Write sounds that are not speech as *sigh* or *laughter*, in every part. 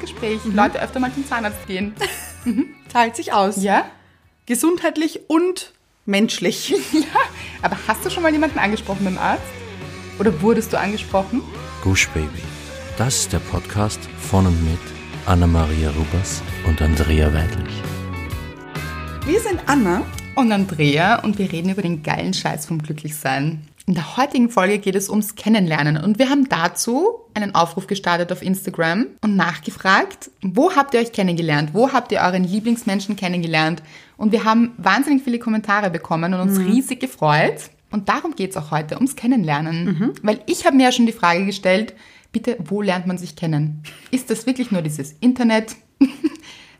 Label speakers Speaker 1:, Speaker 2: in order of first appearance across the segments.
Speaker 1: Gespräch. Leute öfter mal zum Zahnarzt
Speaker 2: *laughs*
Speaker 1: gehen.
Speaker 2: Teilt Mhm. sich aus.
Speaker 1: Ja?
Speaker 2: Gesundheitlich und menschlich.
Speaker 1: *laughs* Ja. Aber hast du schon mal jemanden angesprochen beim Arzt? Oder wurdest du angesprochen?
Speaker 3: Gush Baby. Das ist der Podcast von und mit Anna-Maria Rubers und Andrea Weidlich.
Speaker 2: Wir sind Anna.
Speaker 1: Und Andrea und wir reden über den geilen Scheiß vom Glücklichsein. In der heutigen Folge geht es ums Kennenlernen und wir haben dazu einen Aufruf gestartet auf Instagram und nachgefragt, wo habt ihr euch kennengelernt? Wo habt ihr euren Lieblingsmenschen kennengelernt? Und wir haben wahnsinnig viele Kommentare bekommen und uns riesig gefreut. Und darum geht es auch heute, ums Kennenlernen. Weil ich habe mir ja schon die Frage gestellt, bitte, wo lernt man sich kennen? Ist das wirklich nur dieses Internet? *laughs*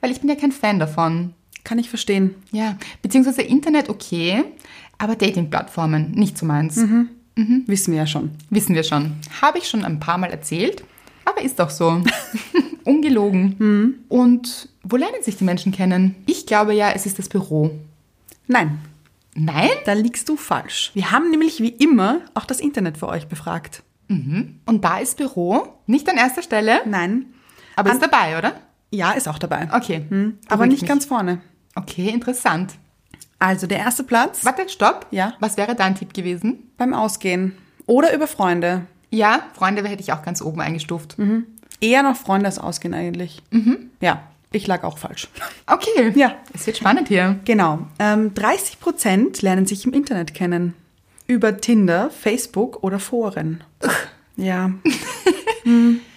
Speaker 1: Weil ich bin ja kein Fan davon.
Speaker 2: Kann ich verstehen.
Speaker 1: Ja, beziehungsweise Internet okay, aber Dating-Plattformen nicht so meins.
Speaker 2: Mhm. Wissen wir ja schon.
Speaker 1: Wissen wir schon. Habe ich schon ein paar Mal erzählt, aber ist doch
Speaker 2: *laughs*
Speaker 1: so. *laughs* Ungelogen.
Speaker 2: Mhm.
Speaker 1: Und wo lernen sich die Menschen kennen? Ich glaube ja, es ist das Büro.
Speaker 2: Nein,
Speaker 1: Nein?
Speaker 2: da liegst du falsch. Wir haben nämlich wie immer auch das Internet für euch befragt.
Speaker 1: Und da ist Büro nicht an erster Stelle,
Speaker 2: Nein.
Speaker 1: aber ist dabei, oder?
Speaker 2: Ja, ist auch dabei.
Speaker 1: Okay.
Speaker 2: Mhm, Aber
Speaker 1: Beruhigt
Speaker 2: nicht
Speaker 1: mich.
Speaker 2: ganz vorne.
Speaker 1: Okay, interessant.
Speaker 2: Also der erste Platz
Speaker 1: Warte, stopp.
Speaker 2: Ja.
Speaker 1: Was wäre dein Tipp gewesen?
Speaker 2: beim Ausgehen. Oder über Freunde.
Speaker 1: Ja, Freunde hätte ich auch ganz oben eingestuft.
Speaker 2: Mhm. Eher noch Freunde als Ausgehen eigentlich.
Speaker 1: Mhm.
Speaker 2: Ja, ich lag auch falsch.
Speaker 1: Okay.
Speaker 2: Ja.
Speaker 1: Es wird spannend hier.
Speaker 2: Genau. Ähm, 30 Prozent lernen sich im Internet kennen. Über Tinder, Facebook oder Foren. Ja.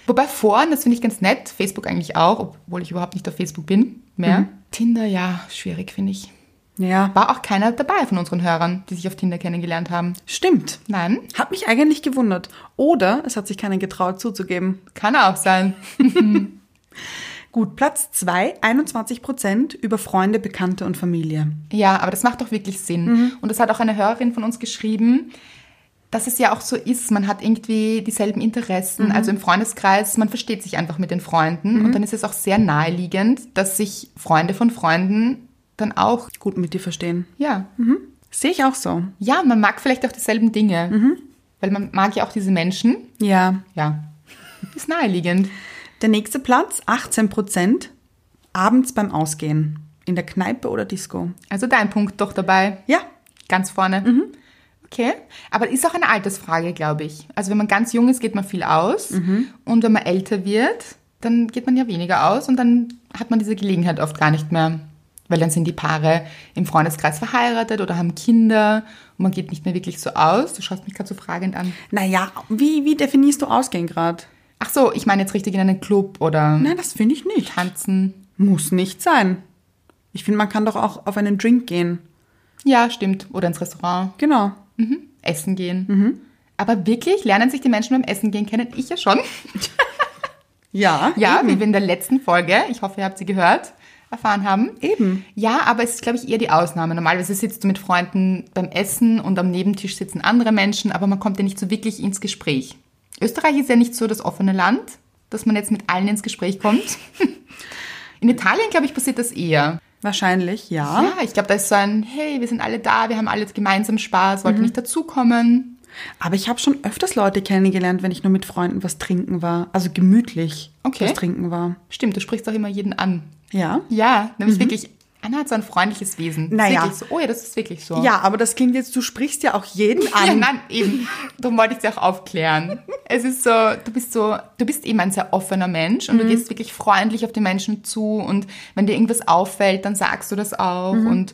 Speaker 1: Wobei Foren, das finde ich ganz nett, Facebook eigentlich auch, obwohl ich überhaupt nicht auf Facebook bin mehr. Tinder, ja, schwierig finde ich.
Speaker 2: Ja.
Speaker 1: War auch keiner dabei von unseren Hörern, die sich auf Tinder kennengelernt haben.
Speaker 2: Stimmt.
Speaker 1: Nein,
Speaker 2: Hat mich eigentlich gewundert. Oder es hat sich keiner getraut zuzugeben.
Speaker 1: kann auch sein.
Speaker 2: Gut, Platz 2, 21 Prozent über Freunde, Bekannte und Familie.
Speaker 1: Ja, aber das macht doch wirklich Sinn. Und das hat auch eine Hörerin von uns geschrieben, dass es ja auch so ist, man hat irgendwie dieselben Interessen, also im Freundeskreis, man versteht sich einfach mit den Freunden und dann ist es auch sehr naheliegend, dass sich Freunde von Freunden dann auch,
Speaker 2: Gut mit dir verstehen.
Speaker 1: ja,
Speaker 2: Sehe ich auch so.
Speaker 1: ja, man mag vielleicht auch dieselben Dinge, weil man mag ja auch diese Menschen,
Speaker 2: Ja.
Speaker 1: ja, ist naheliegend.
Speaker 2: Der nächste Platz, 18 Prozent, abends beim Ausgehen. In der Kneipe oder Disco.
Speaker 1: Also dein Punkt doch dabei.
Speaker 2: Ja.
Speaker 1: Ganz vorne. Okay. Aber ist auch eine Altersfrage, glaube ich. Also wenn man ganz jung ist, geht man viel aus. Und wenn man älter wird, dann geht man ja weniger aus und dann hat man diese Gelegenheit oft gar nicht mehr. Weil dann sind die Paare im Freundeskreis verheiratet oder haben Kinder und man geht nicht mehr wirklich so aus. Du schaust mich gerade so fragend an.
Speaker 2: Naja, wie, wie definierst du Ausgehen gerade?
Speaker 1: Ach so, ich meine jetzt richtig in einen Club oder
Speaker 2: Nein, das finde ich nicht.
Speaker 1: tanzen.
Speaker 2: Muss nicht sein. Ich finde, man kann doch auch auf einen Drink gehen.
Speaker 1: Ja, stimmt. Oder ins Restaurant.
Speaker 2: Genau.
Speaker 1: Mhm. Essen gehen.
Speaker 2: Mhm.
Speaker 1: Aber wirklich lernen sich die Menschen beim Essen gehen kennen? Ich ja
Speaker 2: *laughs*
Speaker 1: schon.
Speaker 2: Ja.
Speaker 1: Ja, wie wir in der letzten Folge, ich hoffe, ihr habt sie gehört, erfahren haben.
Speaker 2: Eben.
Speaker 1: Ja, aber es ist, glaube ich, eher die Ausnahme. Normalerweise sitzt du mit Freunden beim Essen und am Nebentisch sitzen andere Menschen, aber man kommt ja nicht so wirklich ins Gespräch. Österreich ist ja nicht so das offene Land, dass man jetzt mit allen ins Gespräch
Speaker 2: *laughs*
Speaker 1: kommt. In Italien, glaube ich, passiert das eher.
Speaker 2: Wahrscheinlich, ja.
Speaker 1: Ja, ich glaube, da ist so ein, hey, wir sind alle da, wir haben alle gemeinsam Spaß,
Speaker 2: Mhm.
Speaker 1: wollt ihr nicht dazukommen?
Speaker 2: Aber ich habe schon öfters Leute kennengelernt, wenn ich nur mit Freunden was trinken war. Also gemütlich
Speaker 1: Okay.
Speaker 2: was trinken war.
Speaker 1: Stimmt, du sprichst auch immer jeden an.
Speaker 2: Ja.
Speaker 1: Ja, nämlich wirklich, Anna hat so ein freundliches Wesen. Das ist
Speaker 2: Mhm. Naja.
Speaker 1: Wirklich so. Oh ja, das ist wirklich so.
Speaker 2: Ja, ähm. aber das klingt jetzt, du sprichst *laughs* ja auch jeden an.
Speaker 1: Ja, nein, eben. Darum wollte ich dich auch aufklären.
Speaker 2: *laughs*
Speaker 1: Es ist so, du bist so, du bist eben ein sehr offener Mensch
Speaker 2: Mhm.
Speaker 1: und du gehst wirklich freundlich auf die Menschen zu und wenn dir irgendwas auffällt, dann sagst du das auch
Speaker 2: Mhm.
Speaker 1: und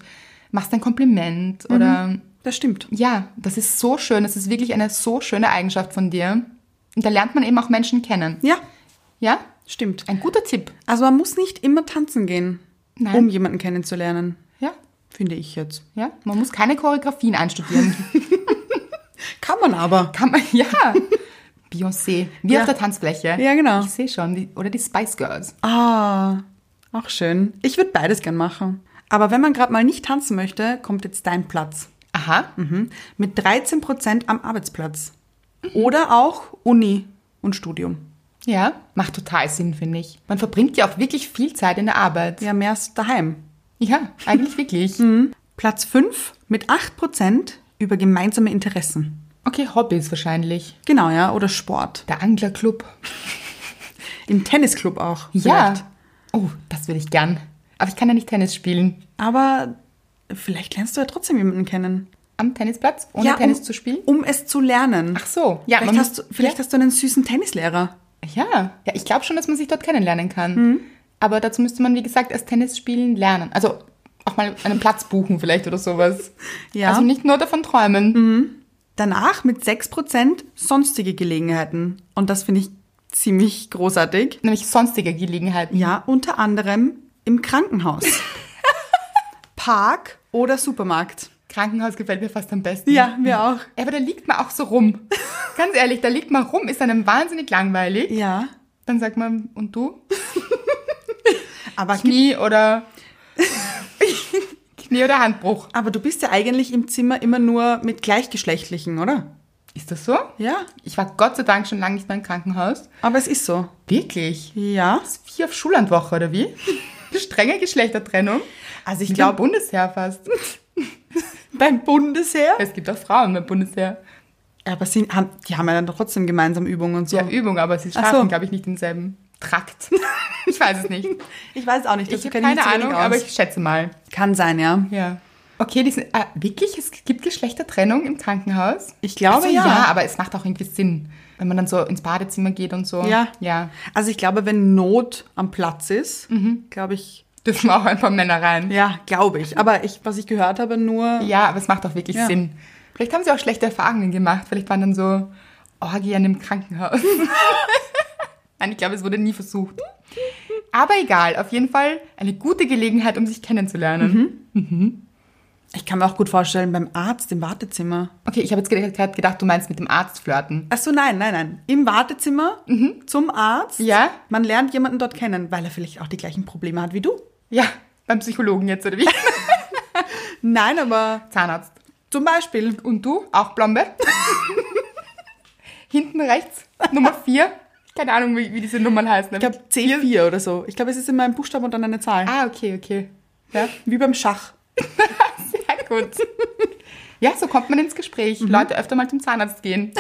Speaker 1: machst ein Kompliment oder
Speaker 2: Das stimmt.
Speaker 1: ja, das ist so schön, das ist wirklich eine so schöne Eigenschaft von dir. Und da lernt man eben auch Menschen kennen.
Speaker 2: Ja,
Speaker 1: Ja?
Speaker 2: stimmt.
Speaker 1: Ein guter Tipp.
Speaker 2: Also man muss nicht immer tanzen gehen,
Speaker 1: Nein.
Speaker 2: um jemanden kennenzulernen.
Speaker 1: Ja.
Speaker 2: Finde ich jetzt.
Speaker 1: Ja, man muss keine Choreografien einstudieren.
Speaker 2: Kann man aber.
Speaker 1: Kann man, ja. *laughs* Beyoncé, wie
Speaker 2: Ja.
Speaker 1: auf der Tanzfläche.
Speaker 2: Ja, genau.
Speaker 1: Ich sehe schon, die, oder die Spice Girls.
Speaker 2: Ah, auch schön. Ich würde beides gern machen. Aber wenn man gerade mal nicht tanzen möchte, kommt jetzt dein Platz.
Speaker 1: Aha.
Speaker 2: Mhm. Mit 13 Prozent am Arbeitsplatz. Oder auch Uni und Studium.
Speaker 1: Ja, macht total Sinn, finde ich. Man verbringt ja auch wirklich viel Zeit in der Arbeit.
Speaker 2: Ja, mehr ist daheim.
Speaker 1: Ja, *laughs* eigentlich wirklich.
Speaker 2: Platz 5 mit 8 Prozent über gemeinsame Interessen.
Speaker 1: Okay, Hobbys wahrscheinlich.
Speaker 2: Genau, ja. Oder Sport.
Speaker 1: Der Anglerclub.
Speaker 2: Im Tennisclub auch.
Speaker 1: Ja.
Speaker 2: vielleicht.
Speaker 1: Oh, das würde ich gern. Aber ich kann ja nicht Tennis spielen.
Speaker 2: Aber vielleicht lernst du ja trotzdem jemanden kennen.
Speaker 1: Am Tennisplatz, ohne
Speaker 2: ja,
Speaker 1: Tennis
Speaker 2: um,
Speaker 1: zu spielen?
Speaker 2: Um es zu lernen.
Speaker 1: Ach so, ja.
Speaker 2: vielleicht hast du, vielleicht
Speaker 1: ja.
Speaker 2: hast du einen süßen Tennislehrer.
Speaker 1: ja. ja, ich glaube schon, dass man sich dort kennenlernen kann.
Speaker 2: Mhm.
Speaker 1: Aber dazu müsste man, wie gesagt, erst Tennis spielen lernen. Also auch mal einen Platz buchen vielleicht oder sowas.
Speaker 2: *laughs* Ja. Mhm.
Speaker 1: Also nicht nur davon träumen.
Speaker 2: Danach mit 6% sonstige Gelegenheiten. Und das finde ich ziemlich großartig.
Speaker 1: Nämlich sonstige Gelegenheiten.
Speaker 2: Ja, unter anderem
Speaker 1: *laughs*
Speaker 2: im Krankenhaus. Park oder Supermarkt. Mhm.
Speaker 1: Krankenhaus gefällt mir fast am besten.
Speaker 2: Ja, mir auch.
Speaker 1: Ja, Aber da liegt man auch so rum.
Speaker 2: *laughs*
Speaker 1: Ganz ehrlich, da liegt man rum, ist einem wahnsinnig langweilig.
Speaker 2: Ja.
Speaker 1: Dann sagt man, und
Speaker 2: *laughs*
Speaker 1: du?
Speaker 2: Aber,
Speaker 1: Knie
Speaker 2: *laughs*
Speaker 1: oder Knie oder Handbruch.
Speaker 2: aber du bist ja eigentlich im Zimmer immer nur mit Gleichgeschlechtlichen, oder?
Speaker 1: Ist das so?
Speaker 2: Ja.
Speaker 1: Ich war Gott sei Dank schon lange nicht mehr im Krankenhaus.
Speaker 2: Aber es ist so.
Speaker 1: Wirklich?
Speaker 2: Ja.
Speaker 1: Das ist wie auf Schullandwoche, oder
Speaker 2: *laughs*
Speaker 1: wie? Strenge Geschlechtertrennung.
Speaker 2: Also ich
Speaker 1: Ich glaube
Speaker 2: glaube,
Speaker 1: Bundesheer fast.
Speaker 2: beim Bundesheer.
Speaker 1: Es gibt auch Frauen beim Bundesheer.
Speaker 2: Aber sie haben, die haben ja dann trotzdem gemeinsam Übungen und so.
Speaker 1: Ja, Übung, aber sie
Speaker 2: Ach
Speaker 1: schlafen,
Speaker 2: so.
Speaker 1: glaube ich, nicht denselben
Speaker 2: *laughs*
Speaker 1: Trakt. Ich weiß es nicht.
Speaker 2: ich weiß auch nicht.
Speaker 1: Ich
Speaker 2: dazu
Speaker 1: habe
Speaker 2: kenne
Speaker 1: keine
Speaker 2: mich zu wenig
Speaker 1: Ahnung,
Speaker 2: aus.
Speaker 1: aber ich schätze mal.
Speaker 2: kann sein, ja.
Speaker 1: Ja. Okay, die sind, ah, wirklich? Es gibt Geschlechtertrennung im Krankenhaus?
Speaker 2: Ich
Speaker 1: Ach
Speaker 2: glaube,
Speaker 1: so,
Speaker 2: ja.
Speaker 1: ja. aber es macht auch irgendwie Sinn, wenn man dann so ins Badezimmer geht und so.
Speaker 2: Ja.
Speaker 1: Ja.
Speaker 2: Also ich glaube, wenn Not am Platz ist,
Speaker 1: Mhm.
Speaker 2: glaube ich.
Speaker 1: Dürfen auch ein paar Männer rein.
Speaker 2: Ja, glaube ich. Aber ich, was ich gehört habe, nur.
Speaker 1: Ja, aber es macht auch wirklich
Speaker 2: Ja.
Speaker 1: Sinn. Vielleicht haben sie auch schlechte Erfahrungen gemacht. Vielleicht waren dann so Orgien im Krankenhaus. *laughs* Nein, ich glaube, es wurde nie versucht. Aber egal, auf jeden Fall eine gute Gelegenheit, um sich kennenzulernen.
Speaker 2: Mhm. Ich kann mir auch gut vorstellen, beim Arzt im Wartezimmer.
Speaker 1: Okay, ich habe jetzt ge- gerade gedacht, du meinst mit dem Arzt flirten.
Speaker 2: Ach so, nein, nein, nein. Im Wartezimmer zum Arzt.
Speaker 1: Mhm. Ja.
Speaker 2: Man lernt jemanden dort kennen, weil er vielleicht auch die gleichen Probleme hat wie du.
Speaker 1: Ja, beim Psychologen jetzt, oder wie?
Speaker 2: *laughs* Nein, aber
Speaker 1: Zahnarzt.
Speaker 2: zum Beispiel.
Speaker 1: Und du? Auch
Speaker 2: *laughs*
Speaker 1: Blombe? Hinten rechts, Nummer 4. Keine Ahnung, wie, wie diese ne? Nummern heißen.
Speaker 2: Ich glaube C4 oder so. Ich glaube, es ist immer ein Buchstabe und dann eine Zahl.
Speaker 1: ah, okay, okay. Ja,
Speaker 2: Wie beim Schach.
Speaker 1: sehr gut. Ja, so kommt man ins Gespräch. Leute öfter mal zum Zahnarzt gehen.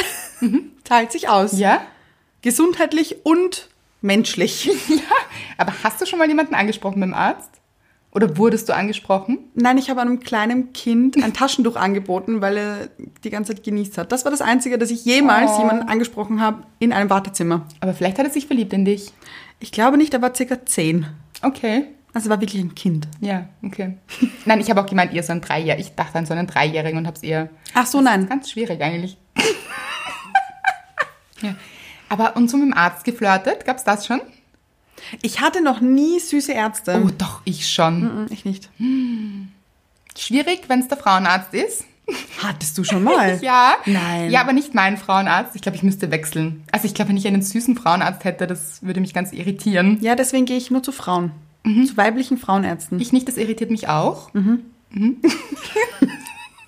Speaker 2: Teilt sich aus.
Speaker 1: Ja?
Speaker 2: Gesundheitlich und menschlich. *laughs*
Speaker 1: Ja. Aber hast du schon mal jemanden angesprochen beim Arzt? Oder wurdest du angesprochen?
Speaker 2: Nein, ich habe einem kleinen Kind ein Taschentuch angeboten, weil er die ganze Zeit genießt hat. Das war das Einzige, dass ich jemals
Speaker 1: Oh.
Speaker 2: jemanden angesprochen habe in einem Wartezimmer.
Speaker 1: Aber vielleicht hat er sich verliebt in dich.
Speaker 2: Ich glaube nicht, er war circa zehn.
Speaker 1: Okay.
Speaker 2: Also war wirklich ein Kind.
Speaker 1: Ja, okay. Nein, ich habe auch gemeint, ihr so ein Dreijähriger. Ich dachte an so einen Dreijährigen und habe es eher
Speaker 2: Ach so, nein.
Speaker 1: Ganz schwierig eigentlich. ja. Aber und so mit dem Arzt geflirtet, gab's das schon?
Speaker 2: Ich hatte noch nie süße Ärzte.
Speaker 1: Oh, doch, ich schon.
Speaker 2: Mm, Ich nicht.
Speaker 1: Schwierig, wenn's der Frauenarzt ist.
Speaker 2: Hattest du schon mal?
Speaker 1: *laughs* Ja.
Speaker 2: Äh, Nein.
Speaker 1: Ja, aber nicht mein Frauenarzt. Ich glaube, ich müsste wechseln. Also ich glaube, wenn ich einen süßen Frauenarzt hätte, das würde mich ganz irritieren.
Speaker 2: Ja, deswegen gehe ich nur zu Frauen.
Speaker 1: Mhm.
Speaker 2: Zu weiblichen Frauenärzten.
Speaker 1: Ich nicht, das irritiert mich auch. Mhm. *laughs*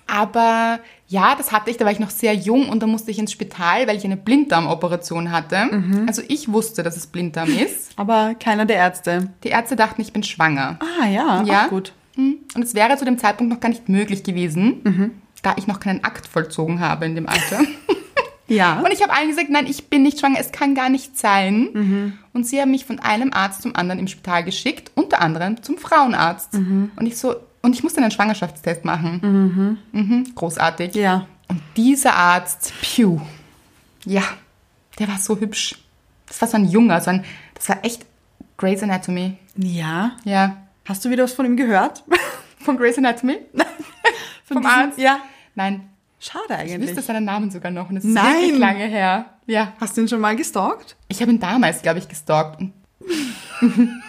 Speaker 1: aber ja, das hatte ich, da war ich noch sehr jung und da musste ich ins Spital, weil ich eine Blinddarmoperation hatte.
Speaker 2: Mhm.
Speaker 1: Also ich wusste, dass es Blinddarm ist.
Speaker 2: Aber keiner der Ärzte.
Speaker 1: Die Ärzte dachten, ich bin schwanger.
Speaker 2: Ah ja,
Speaker 1: Ja.
Speaker 2: Auch gut.
Speaker 1: Hm. Und es wäre zu dem Zeitpunkt noch gar nicht möglich gewesen,
Speaker 2: Mhm.
Speaker 1: da ich noch keinen Akt vollzogen habe in dem Alter.
Speaker 2: *laughs* Ja.
Speaker 1: Und ich habe allen gesagt, nein, ich bin nicht schwanger, es kann gar nicht sein.
Speaker 2: Mhm.
Speaker 1: Und sie haben mich von einem Arzt zum anderen im Spital geschickt, unter anderem zum Frauenarzt.
Speaker 2: Mhm.
Speaker 1: Und ich so, und ich musste einen Schwangerschaftstest machen. Mhm, großartig.
Speaker 2: Ja.
Speaker 1: Und dieser Arzt, Pew, ja, der war so hübsch. Das war so ein junger, so ein, das war echt Grey's Anatomy.
Speaker 2: Ja.
Speaker 1: Ja.
Speaker 2: Hast du wieder was von ihm gehört?
Speaker 1: Von Grey's Anatomy? *laughs*
Speaker 2: Von
Speaker 1: Vom
Speaker 2: diesem-
Speaker 1: Arzt?
Speaker 2: Ja.
Speaker 1: Nein,
Speaker 2: Schade
Speaker 1: ich
Speaker 2: eigentlich.
Speaker 1: wüsste seinen Namen sogar noch und es ist
Speaker 2: Nein.
Speaker 1: wirklich lange her. Ja,
Speaker 2: Hast du ihn schon mal gestalkt?
Speaker 1: ich habe ihn damals, glaube ich, gestalkt. Und *laughs*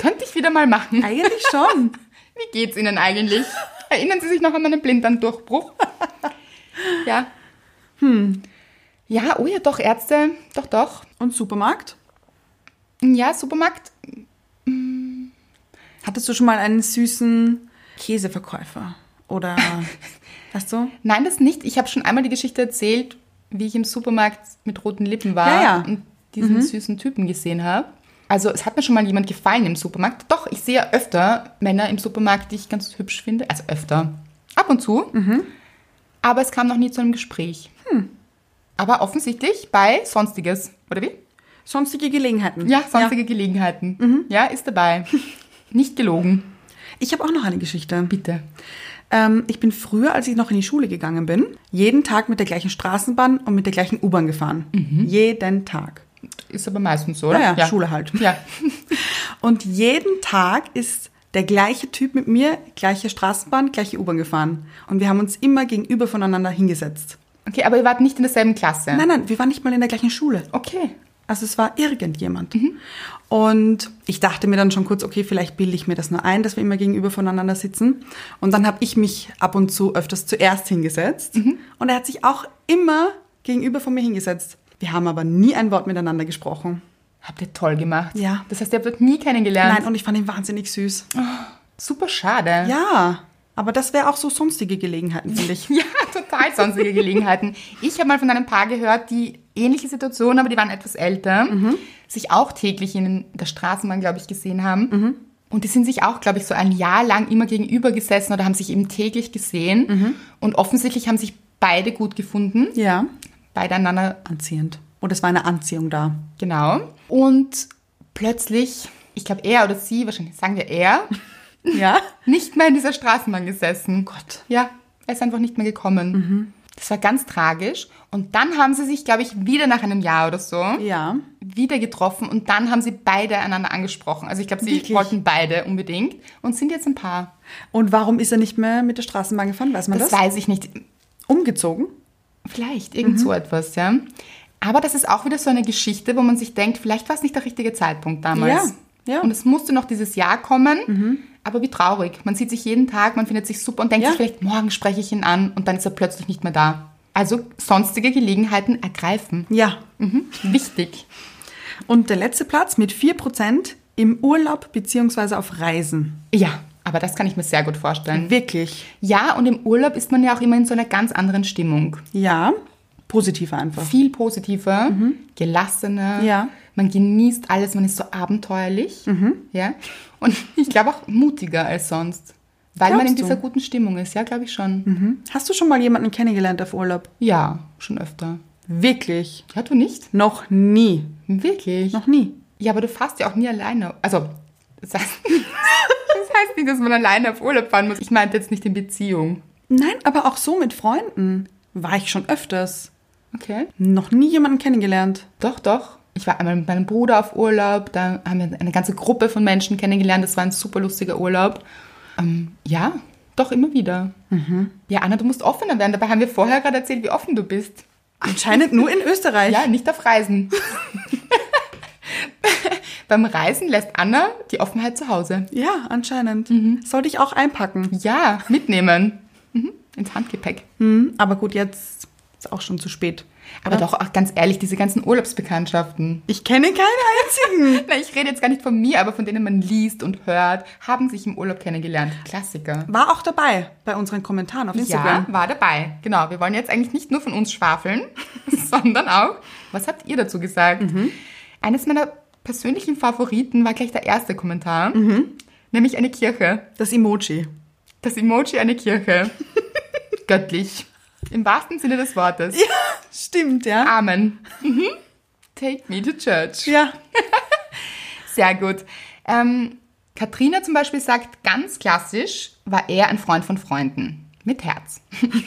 Speaker 1: Könnte ich wieder mal machen.
Speaker 2: Eigentlich
Speaker 1: *laughs*
Speaker 2: schon.
Speaker 1: Wie geht's Ihnen eigentlich? Erinnern Sie sich noch an meinen Blinddarmdurchbruch? ja. Hm. Ja, oh ja, doch, Ärzte, doch, doch.
Speaker 2: Und Supermarkt?
Speaker 1: Ja, Supermarkt,
Speaker 2: Hattest du schon mal einen süßen Käseverkäufer?
Speaker 1: *laughs*
Speaker 2: Oder, weißt du?
Speaker 1: Nein, das nicht. Ich habe schon einmal die Geschichte erzählt, wie ich im Supermarkt mit roten Lippen war
Speaker 2: Ja, ja. Mhm.
Speaker 1: und diesen süßen Typen gesehen habe. Also es hat mir schon mal jemand gefallen im Supermarkt. Doch, ich sehe ja öfter Männer im Supermarkt, die ich ganz hübsch finde. Also öfter. Ab und zu.
Speaker 2: Mhm.
Speaker 1: Aber
Speaker 2: Hm.
Speaker 1: es kam noch nie zu einem Gespräch. Aber offensichtlich bei Sonstiges, oder wie?
Speaker 2: Sonstige Gelegenheiten.
Speaker 1: Ja, sonstige Gelegenheiten.
Speaker 2: Mhm.
Speaker 1: Ja, ist
Speaker 2: *laughs*
Speaker 1: dabei. Nicht gelogen.
Speaker 2: Ich habe auch noch eine Geschichte.
Speaker 1: Bitte.
Speaker 2: Ähm, ich bin früher, als ich noch in die Schule gegangen bin, jeden Tag mit der gleichen Straßenbahn und mit der gleichen U-Bahn gefahren.
Speaker 1: Mhm.
Speaker 2: Jeden Tag.
Speaker 1: Ist aber meistens so, oder?
Speaker 2: Ja, ja, Schule halt.
Speaker 1: Ja.
Speaker 2: Und jeden Tag ist der gleiche Typ mit mir, gleiche Straßenbahn, gleiche U-Bahn gefahren. Und wir haben uns immer gegenüber voneinander hingesetzt.
Speaker 1: Okay, aber ihr wart nicht in derselben Klasse.
Speaker 2: Nein, nein, wir waren nicht mal in der gleichen Schule.
Speaker 1: Okay.
Speaker 2: Also es war irgendjemand. Und ich dachte mir dann schon kurz, okay, vielleicht bilde ich mir das nur ein, dass wir immer gegenüber voneinander sitzen. Und dann habe ich mich ab und zu öfters zuerst hingesetzt. Und er hat sich auch immer gegenüber von mir hingesetzt. Wir haben aber nie ein Wort miteinander gesprochen.
Speaker 1: Habt ihr toll gemacht.
Speaker 2: Ja.
Speaker 1: Das heißt, ihr habt dort nie kennengelernt.
Speaker 2: Nein, und ich fand ihn wahnsinnig süß.
Speaker 1: Super schade.
Speaker 2: Ja, aber das wäre auch so sonstige Gelegenheiten, finde
Speaker 1: *laughs*
Speaker 2: ich.
Speaker 1: Ja, total sonstige Gelegenheiten. Ich habe mal von einem Paar gehört, die ähnliche Situation, aber die waren etwas älter,
Speaker 2: Mhm.
Speaker 1: sich auch täglich in der Straßenbahn, glaube ich, gesehen haben.
Speaker 2: Mhm.
Speaker 1: Und die sind sich auch, glaube ich, so ein Jahr lang immer gegenüber gesessen oder haben sich eben täglich gesehen. Und offensichtlich haben sich beide gut gefunden.
Speaker 2: *laughs* Mhm. Ja.
Speaker 1: Beide einander
Speaker 2: Anziehend. Und es war eine Anziehung da.
Speaker 1: Genau. Und plötzlich, ich glaube, er oder sie, wahrscheinlich sagen wir er,
Speaker 2: *laughs* Ja?
Speaker 1: nicht mehr in dieser Straßenbahn gesessen.
Speaker 2: Oh Gott.
Speaker 1: Ja, er ist einfach nicht mehr gekommen.
Speaker 2: Mhm.
Speaker 1: Das war ganz tragisch. Und dann haben sie sich, glaube ich, wieder nach einem Jahr oder so
Speaker 2: Ja.
Speaker 1: wieder getroffen und dann haben sie beide einander angesprochen. Also ich glaube, sie
Speaker 2: Wirklich?
Speaker 1: wollten beide unbedingt und sind jetzt ein Paar.
Speaker 2: Und warum ist er nicht mehr mit der Straßenbahn gefahren? Weiß man
Speaker 1: Das,
Speaker 2: das?
Speaker 1: weiß ich nicht.
Speaker 2: Umgezogen?
Speaker 1: Vielleicht
Speaker 2: Mhm.
Speaker 1: irgend so etwas, ja. Aber das ist auch wieder so eine Geschichte, wo man sich denkt, vielleicht war es nicht der richtige Zeitpunkt damals.
Speaker 2: Ja, ja.
Speaker 1: Und es musste noch dieses Jahr kommen. Aber wie traurig. Man sieht sich jeden Tag, man findet sich super und denkt
Speaker 2: Ja.
Speaker 1: sich vielleicht, morgen spreche ich ihn an und dann ist er plötzlich nicht mehr da. Also sonstige Gelegenheiten
Speaker 2: *laughs*
Speaker 1: ergreifen.
Speaker 2: Ja.
Speaker 1: Mhm. Wichtig.
Speaker 2: Und der letzte Platz mit 4% im Urlaub bzw. auf Reisen.
Speaker 1: Ja, aber das kann ich mir sehr gut vorstellen.
Speaker 2: Wirklich?
Speaker 1: Ja, und im Urlaub ist man ja auch immer in so einer ganz anderen Stimmung.
Speaker 2: Ja. Positiv einfach.
Speaker 1: Viel positiver, gelassener.
Speaker 2: Mhm. Ja. Mhm.
Speaker 1: Man genießt alles, man ist so abenteuerlich. Ja. Und *laughs* ich glaube auch mutiger als sonst. Weil man in
Speaker 2: Glaubst du? Mhm.
Speaker 1: dieser guten Stimmung ist, ja, glaube ich schon.
Speaker 2: Hast du schon mal jemanden kennengelernt auf Urlaub?
Speaker 1: Ja, schon öfter.
Speaker 2: Wirklich?
Speaker 1: Ja, du nicht?
Speaker 2: Noch nie.
Speaker 1: Wirklich?
Speaker 2: Noch nie.
Speaker 1: Ja, aber du fährst ja auch nie alleine. Also, das heißt, *laughs* das heißt nicht, dass man alleine auf Urlaub fahren muss. Ich meinte jetzt nicht in Beziehung.
Speaker 2: Nein, aber auch so mit Freunden war ich schon öfters.
Speaker 1: Okay.
Speaker 2: Noch nie jemanden kennengelernt.
Speaker 1: Doch, doch. Ich war einmal mit meinem Bruder auf Urlaub, da haben wir eine ganze Gruppe von Menschen kennengelernt, das war ein super lustiger Urlaub. Ähm, ja, doch immer wieder. Ja, Anna, du musst offener werden. Dabei haben wir vorher gerade erzählt, wie offen du bist.
Speaker 2: Anscheinend nur in Österreich.
Speaker 1: Ja, nicht auf Reisen. Beim Reisen lässt Anna die Offenheit zu Hause.
Speaker 2: Ja, anscheinend.
Speaker 1: Mhm.
Speaker 2: Sollte ich auch einpacken.
Speaker 1: Ja, mitnehmen. Mhm. Ins Handgepäck.
Speaker 2: Hm, aber gut, jetzt ist auch schon zu spät.
Speaker 1: Aber doch, auch ganz ehrlich, diese ganzen Urlaubsbekanntschaften.
Speaker 2: Ich kenne keinen einzigen.
Speaker 1: Na, ich rede jetzt gar nicht von mir, aber von denen man liest und hört, haben sich im Urlaub kennengelernt. Klassiker.
Speaker 2: War auch dabei bei unseren Kommentaren auf
Speaker 1: Ja,
Speaker 2: Instagram.
Speaker 1: war dabei. Genau, wir wollen jetzt eigentlich nicht nur von uns schwafeln, *laughs* sondern auch, was habt ihr dazu gesagt? Eines meiner persönlichen Favoriten war gleich der erste Kommentar, nämlich eine Kirche.
Speaker 2: Das Emoji.
Speaker 1: Das Emoji eine Kirche. Göttlich. Im wahrsten Sinne des Wortes.
Speaker 2: Stimmt, ja.
Speaker 1: Amen. Mhm. Take me to church.
Speaker 2: Ja.
Speaker 1: Sehr gut. Ähm, Katrina zum Beispiel sagt, ganz klassisch war er ein Freund von Freunden. Mit Herz. *laughs*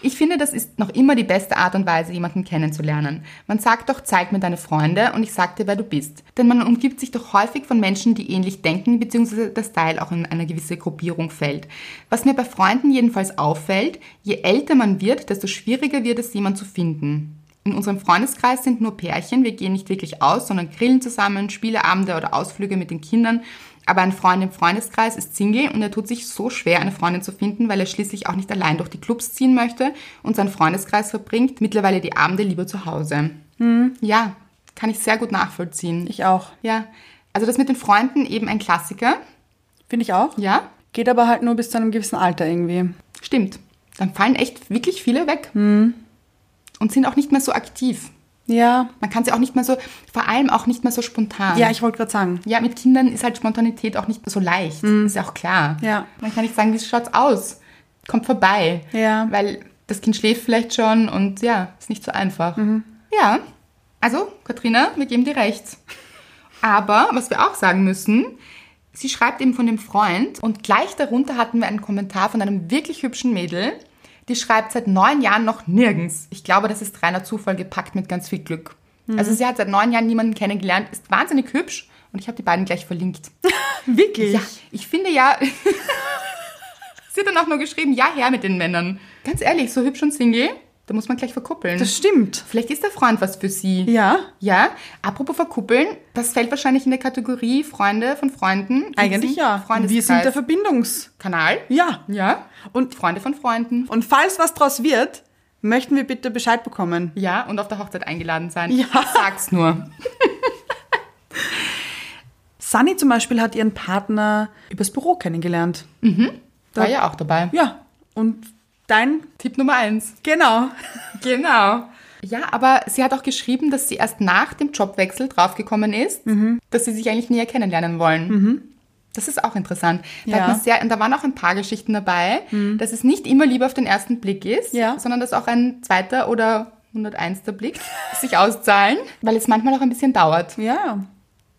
Speaker 1: Ich finde, das ist noch immer die beste Art und Weise, jemanden kennenzulernen. Man sagt doch, zeig mir deine Freunde und ich sag dir, wer du bist. Denn man umgibt sich doch häufig von Menschen, die ähnlich denken, beziehungsweise der Style auch in eine gewisse Gruppierung fällt. Was mir bei Freunden jedenfalls auffällt, je älter man wird, desto schwieriger wird es, jemanden zu finden. In unserem Freundeskreis sind nur Pärchen, wir gehen nicht wirklich aus, sondern grillen zusammen, Spieleabende oder Ausflüge mit den Kindern. Aber ein Freund im Freundeskreis ist Single und er tut sich so schwer, eine Freundin zu finden, weil er schließlich auch nicht allein durch die Clubs ziehen möchte und sein Freundeskreis verbringt mittlerweile die Abende lieber zu Hause. Ja, kann ich sehr gut nachvollziehen.
Speaker 2: Hm. Ich auch.
Speaker 1: ja, also das mit den Freunden eben ein Klassiker.
Speaker 2: Finde ich auch.
Speaker 1: Ja,
Speaker 2: Geht aber halt nur bis zu einem gewissen Alter irgendwie.
Speaker 1: stimmt. Dann fallen echt wirklich viele weg
Speaker 2: Hm.
Speaker 1: und sind auch nicht mehr so aktiv.
Speaker 2: Ja.
Speaker 1: Man kann sie auch nicht mehr so, vor allem auch nicht mehr so spontan.
Speaker 2: Ja, ich wollte gerade sagen.
Speaker 1: ja, mit Kindern ist halt Spontanität auch nicht so leicht. Ist ja auch klar.
Speaker 2: Mhm. Ja.
Speaker 1: Man kann nicht sagen, wie schaut's aus? Kommt vorbei.
Speaker 2: Ja. Mhm.
Speaker 1: Weil das Kind schläft vielleicht schon und ja, ist nicht so einfach. Ja. Also, Katrina, wir geben dir recht. Aber was wir auch sagen müssen, sie schreibt eben von dem Freund und gleich darunter hatten wir einen Kommentar von einem wirklich hübschen Mädel, die schreibt seit neun Jahren noch nirgends. Ich glaube, das ist reiner Zufall gepackt mit ganz viel Glück.
Speaker 2: Mhm.
Speaker 1: Also sie hat seit neun Jahren niemanden kennengelernt, ist wahnsinnig hübsch und ich habe die beiden gleich verlinkt.
Speaker 2: *laughs* Wirklich?
Speaker 1: Ja, ich finde ja. *laughs* sie hat dann auch nur geschrieben, ja, her mit den Männern. Ganz ehrlich, so hübsch und Single, da muss man gleich verkuppeln.
Speaker 2: Das stimmt.
Speaker 1: Vielleicht ist der Freund was für sie.
Speaker 2: Ja.
Speaker 1: Ja, apropos verkuppeln, das fällt wahrscheinlich in der Kategorie Freunde von Freunden.
Speaker 2: Eigentlich ja. Wir sind der Verbindungs.
Speaker 1: Kanal.
Speaker 2: Ja.
Speaker 1: Ja.
Speaker 2: Und-
Speaker 1: Freunde von Freunden.
Speaker 2: Und falls was draus wird, möchten wir bitte Bescheid bekommen.
Speaker 1: Ja, und auf der Hochzeit eingeladen sein.
Speaker 2: Ja.
Speaker 1: Ich Sag's nur.
Speaker 2: Sunny zum Beispiel hat ihren Partner übers Büro kennengelernt.
Speaker 1: War ja auch dabei.
Speaker 2: Ja. Und dein?
Speaker 1: Tipp Nummer eins.
Speaker 2: Genau.
Speaker 1: Genau. Ja, aber sie hat auch geschrieben, dass sie erst nach dem Jobwechsel draufgekommen ist, dass sie sich eigentlich näher kennenlernen wollen. Das ist auch interessant. Da,
Speaker 2: Ja.
Speaker 1: hat man sehr, und da waren auch ein paar Geschichten dabei, dass es nicht immer lieber auf den ersten Blick ist,
Speaker 2: Ja.
Speaker 1: sondern dass auch ein zweiter oder 101. Blick *laughs* sich auszahlen, weil es manchmal auch ein bisschen dauert.
Speaker 2: Ja.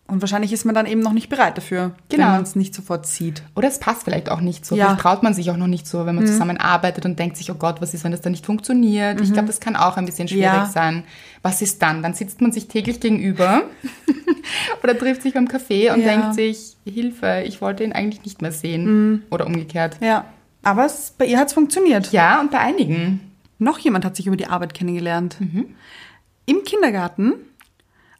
Speaker 2: Und wahrscheinlich ist man dann eben noch nicht bereit dafür,
Speaker 1: Genau.
Speaker 2: wenn man es nicht sofort sieht.
Speaker 1: Oder es passt vielleicht auch nicht so.
Speaker 2: Ja. Mhm.
Speaker 1: Vielleicht traut man sich auch noch nicht so, wenn man zusammenarbeitet und denkt sich, oh Gott, was ist, wenn das dann nicht funktioniert? Ich glaube, das kann auch ein bisschen schwierig
Speaker 2: Mhm. Ja.
Speaker 1: sein. Was ist dann? Dann sitzt man sich täglich
Speaker 2: *laughs*
Speaker 1: gegenüber oder trifft sich beim Café und
Speaker 2: Ja. Mhm.
Speaker 1: denkt sich, Hilfe, ich wollte ihn eigentlich nicht mehr sehen. Oder umgekehrt.
Speaker 2: Ja. Aber es, bei ihr hat es funktioniert.
Speaker 1: Ja, und bei einigen.
Speaker 2: Noch jemand hat sich über die Arbeit kennengelernt.
Speaker 1: Mhm.
Speaker 2: Im Kindergarten,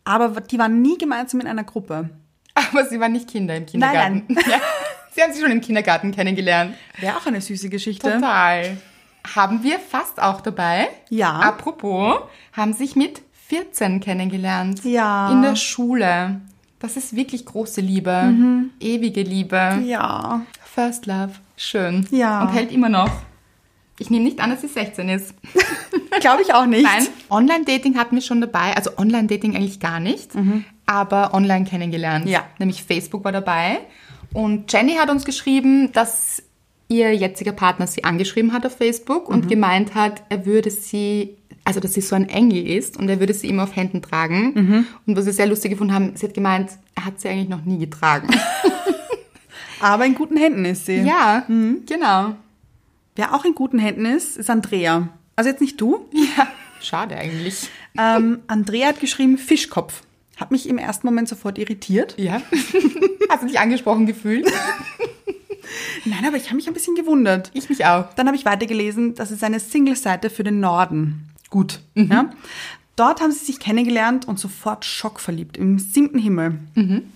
Speaker 2: aber die waren nie gemeinsam in einer Gruppe.
Speaker 1: Aber sie waren nicht Kinder im
Speaker 2: Nein,
Speaker 1: Kindergarten. *laughs* Ja. Sie haben sich schon im Kindergarten kennengelernt.
Speaker 2: Wäre auch eine süße Geschichte.
Speaker 1: Total. Haben wir fast auch dabei.
Speaker 2: Ja.
Speaker 1: Apropos, haben sich mit 14 kennengelernt.
Speaker 2: Ja.
Speaker 1: In der Schule. Das ist wirklich große Liebe. Ewige Liebe. *laughs*
Speaker 2: Mhm. Ja.
Speaker 1: First Love. Schön.
Speaker 2: Ja.
Speaker 1: Und hält immer noch. Ich nehme nicht an, dass sie 16 ist.
Speaker 2: Glaube ich auch nicht.
Speaker 1: Nein. Online-Dating hatten wir schon dabei. Also Online-Dating eigentlich gar nicht. Aber online kennengelernt.
Speaker 2: Mhm. Ja.
Speaker 1: Nämlich Facebook war dabei. Und Jenny hat uns geschrieben, dass ihr jetziger Partner sie angeschrieben hat auf Facebook und
Speaker 2: Mhm.
Speaker 1: gemeint hat, er würde sie, also dass sie so ein Engel ist und er würde sie immer auf Händen tragen.
Speaker 2: Mhm.
Speaker 1: Und was wir sehr lustig gefunden haben, sie hat gemeint, er hat sie eigentlich noch nie getragen.
Speaker 2: *laughs* Aber in guten Händen ist sie.
Speaker 1: ja,
Speaker 2: Mhm.
Speaker 1: genau.
Speaker 2: Wer auch in guten Händen ist, ist Andrea. Also jetzt nicht du.
Speaker 1: Ja. Schade eigentlich.
Speaker 2: Ähm, Andrea hat geschrieben Fischkopf. Hat mich im ersten Moment sofort irritiert.
Speaker 1: Ja. *laughs* Hast du dich angesprochen gefühlt?
Speaker 2: Nein, aber ich habe mich ein bisschen gewundert.
Speaker 1: Ich mich auch.
Speaker 2: Dann habe ich weitergelesen, das ist eine Single-Seite für den Norden. Gut. Ja? Dort haben sie sich kennengelernt und sofort schockverliebt, im siebten Himmel.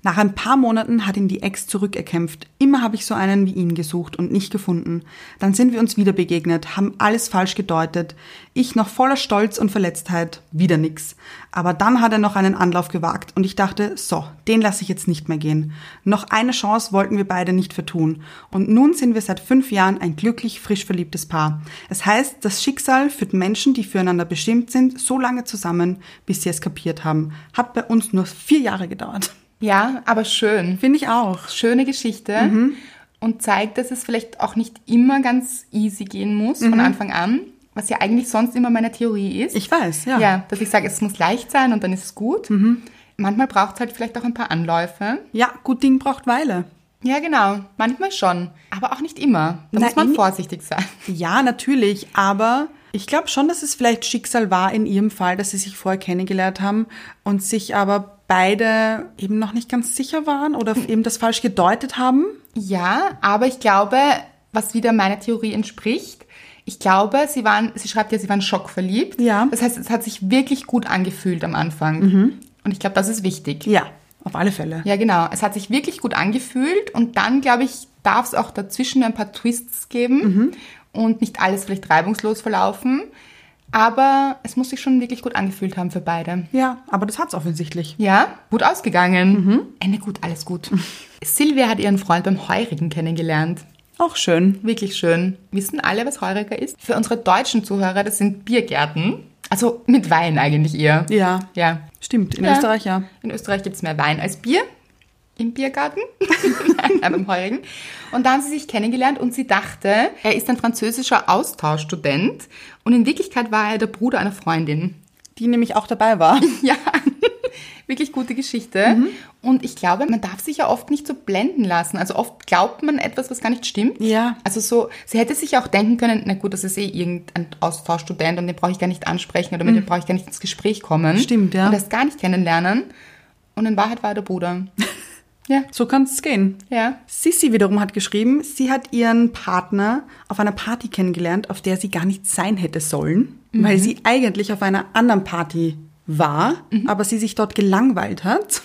Speaker 2: Nach ein paar Monaten hat ihn die Ex zurückerkämpft. Immer habe ich so einen wie ihn gesucht und nicht gefunden. Dann sind wir uns wieder begegnet, haben alles falsch gedeutet. Ich noch voller Stolz und Verletztheit, wieder nix. Aber dann hat er noch einen Anlauf gewagt und ich dachte, so, den lasse ich jetzt nicht mehr gehen. Noch eine Chance wollten wir beide nicht vertun. Und nun sind wir seit fünf Jahren ein glücklich, frisch verliebtes Paar. Es heißt, das Schicksal führt Menschen, die füreinander bestimmt sind, so lange zusammen, bis sie es kapiert haben. Hat bei uns nur vier Jahre gedauert.
Speaker 1: Ja, aber schön.
Speaker 2: Finde ich auch.
Speaker 1: schöne Geschichte
Speaker 2: Mhm.
Speaker 1: und zeigt, dass es vielleicht auch nicht immer ganz easy gehen muss von Anfang an, was ja eigentlich sonst immer meine Theorie ist.
Speaker 2: Mhm. Ich weiß, ja. Mhm.
Speaker 1: ja. dass ich sage, es muss leicht sein und dann ist es gut. Manchmal braucht es halt vielleicht auch ein paar Anläufe.
Speaker 2: Ja, gut Ding braucht Weile.
Speaker 1: Ja, genau. Manchmal schon. Aber auch nicht immer. Da
Speaker 2: Na,
Speaker 1: muss man
Speaker 2: in-
Speaker 1: vorsichtig sein.
Speaker 2: Ja, natürlich, aber ich glaube schon, dass es vielleicht Schicksal war in ihrem Fall, dass sie sich vorher kennengelernt haben und sich aber beide eben noch nicht ganz sicher waren oder eben das falsch gedeutet haben.
Speaker 1: Ja, aber ich glaube, was wieder meiner Theorie entspricht, ich glaube, sie waren, sie schreibt ja, sie waren schockverliebt.
Speaker 2: Ja. Mhm.
Speaker 1: Das heißt, es hat sich wirklich gut angefühlt am Anfang. Und ich glaube, das ist wichtig.
Speaker 2: Ja, auf alle Fälle.
Speaker 1: Ja, genau. Es hat sich wirklich gut angefühlt und dann, glaube ich, darf es auch dazwischen ein paar Twists geben und nicht alles vielleicht reibungslos verlaufen. Aber es muss sich schon wirklich gut angefühlt haben für beide.
Speaker 2: Ja, aber das hat's offensichtlich.
Speaker 1: Ja, gut ausgegangen. Ende gut, alles gut. *laughs* Silvia hat ihren Freund beim Heurigen kennengelernt.
Speaker 2: Auch schön.
Speaker 1: Wirklich schön. Wissen alle, was Heuriger ist? Für unsere deutschen Zuhörer, das sind Biergärten. Also mit Wein eigentlich eher.
Speaker 2: Ja.
Speaker 1: Ja.
Speaker 2: Stimmt, in
Speaker 1: Ja.
Speaker 2: Österreich ja.
Speaker 1: In Österreich gibt es mehr Wein als Bier im Biergarten, *laughs* Nein, aber im Heurigen. Und da haben sie sich kennengelernt und sie dachte, er ist ein französischer Austauschstudent und in Wirklichkeit war er der Bruder einer Freundin.
Speaker 2: die nämlich auch dabei *laughs* war.
Speaker 1: *laughs* Ja, wirklich gute Geschichte.
Speaker 2: Mhm.
Speaker 1: Und ich glaube, man darf sich ja oft nicht so blenden lassen. Also oft glaubt man etwas, was gar nicht stimmt.
Speaker 2: Ja.
Speaker 1: Also so, sie hätte sich auch denken können, na gut, das ist eh irgendein Austauschstudent und den brauche ich gar nicht ansprechen oder mit dem brauche ich gar nicht ins Gespräch kommen.
Speaker 2: Mhm. Stimmt, ja.
Speaker 1: Und das gar nicht kennenlernen. Und in Wahrheit war er der
Speaker 2: *laughs*
Speaker 1: Bruder. ja,
Speaker 2: So kann es gehen.
Speaker 1: ja.
Speaker 2: Sissy wiederum hat geschrieben, sie hat ihren Partner auf einer Party kennengelernt, auf der sie gar nicht sein hätte sollen, weil sie eigentlich auf einer anderen Party war, aber sie sich dort gelangweilt hat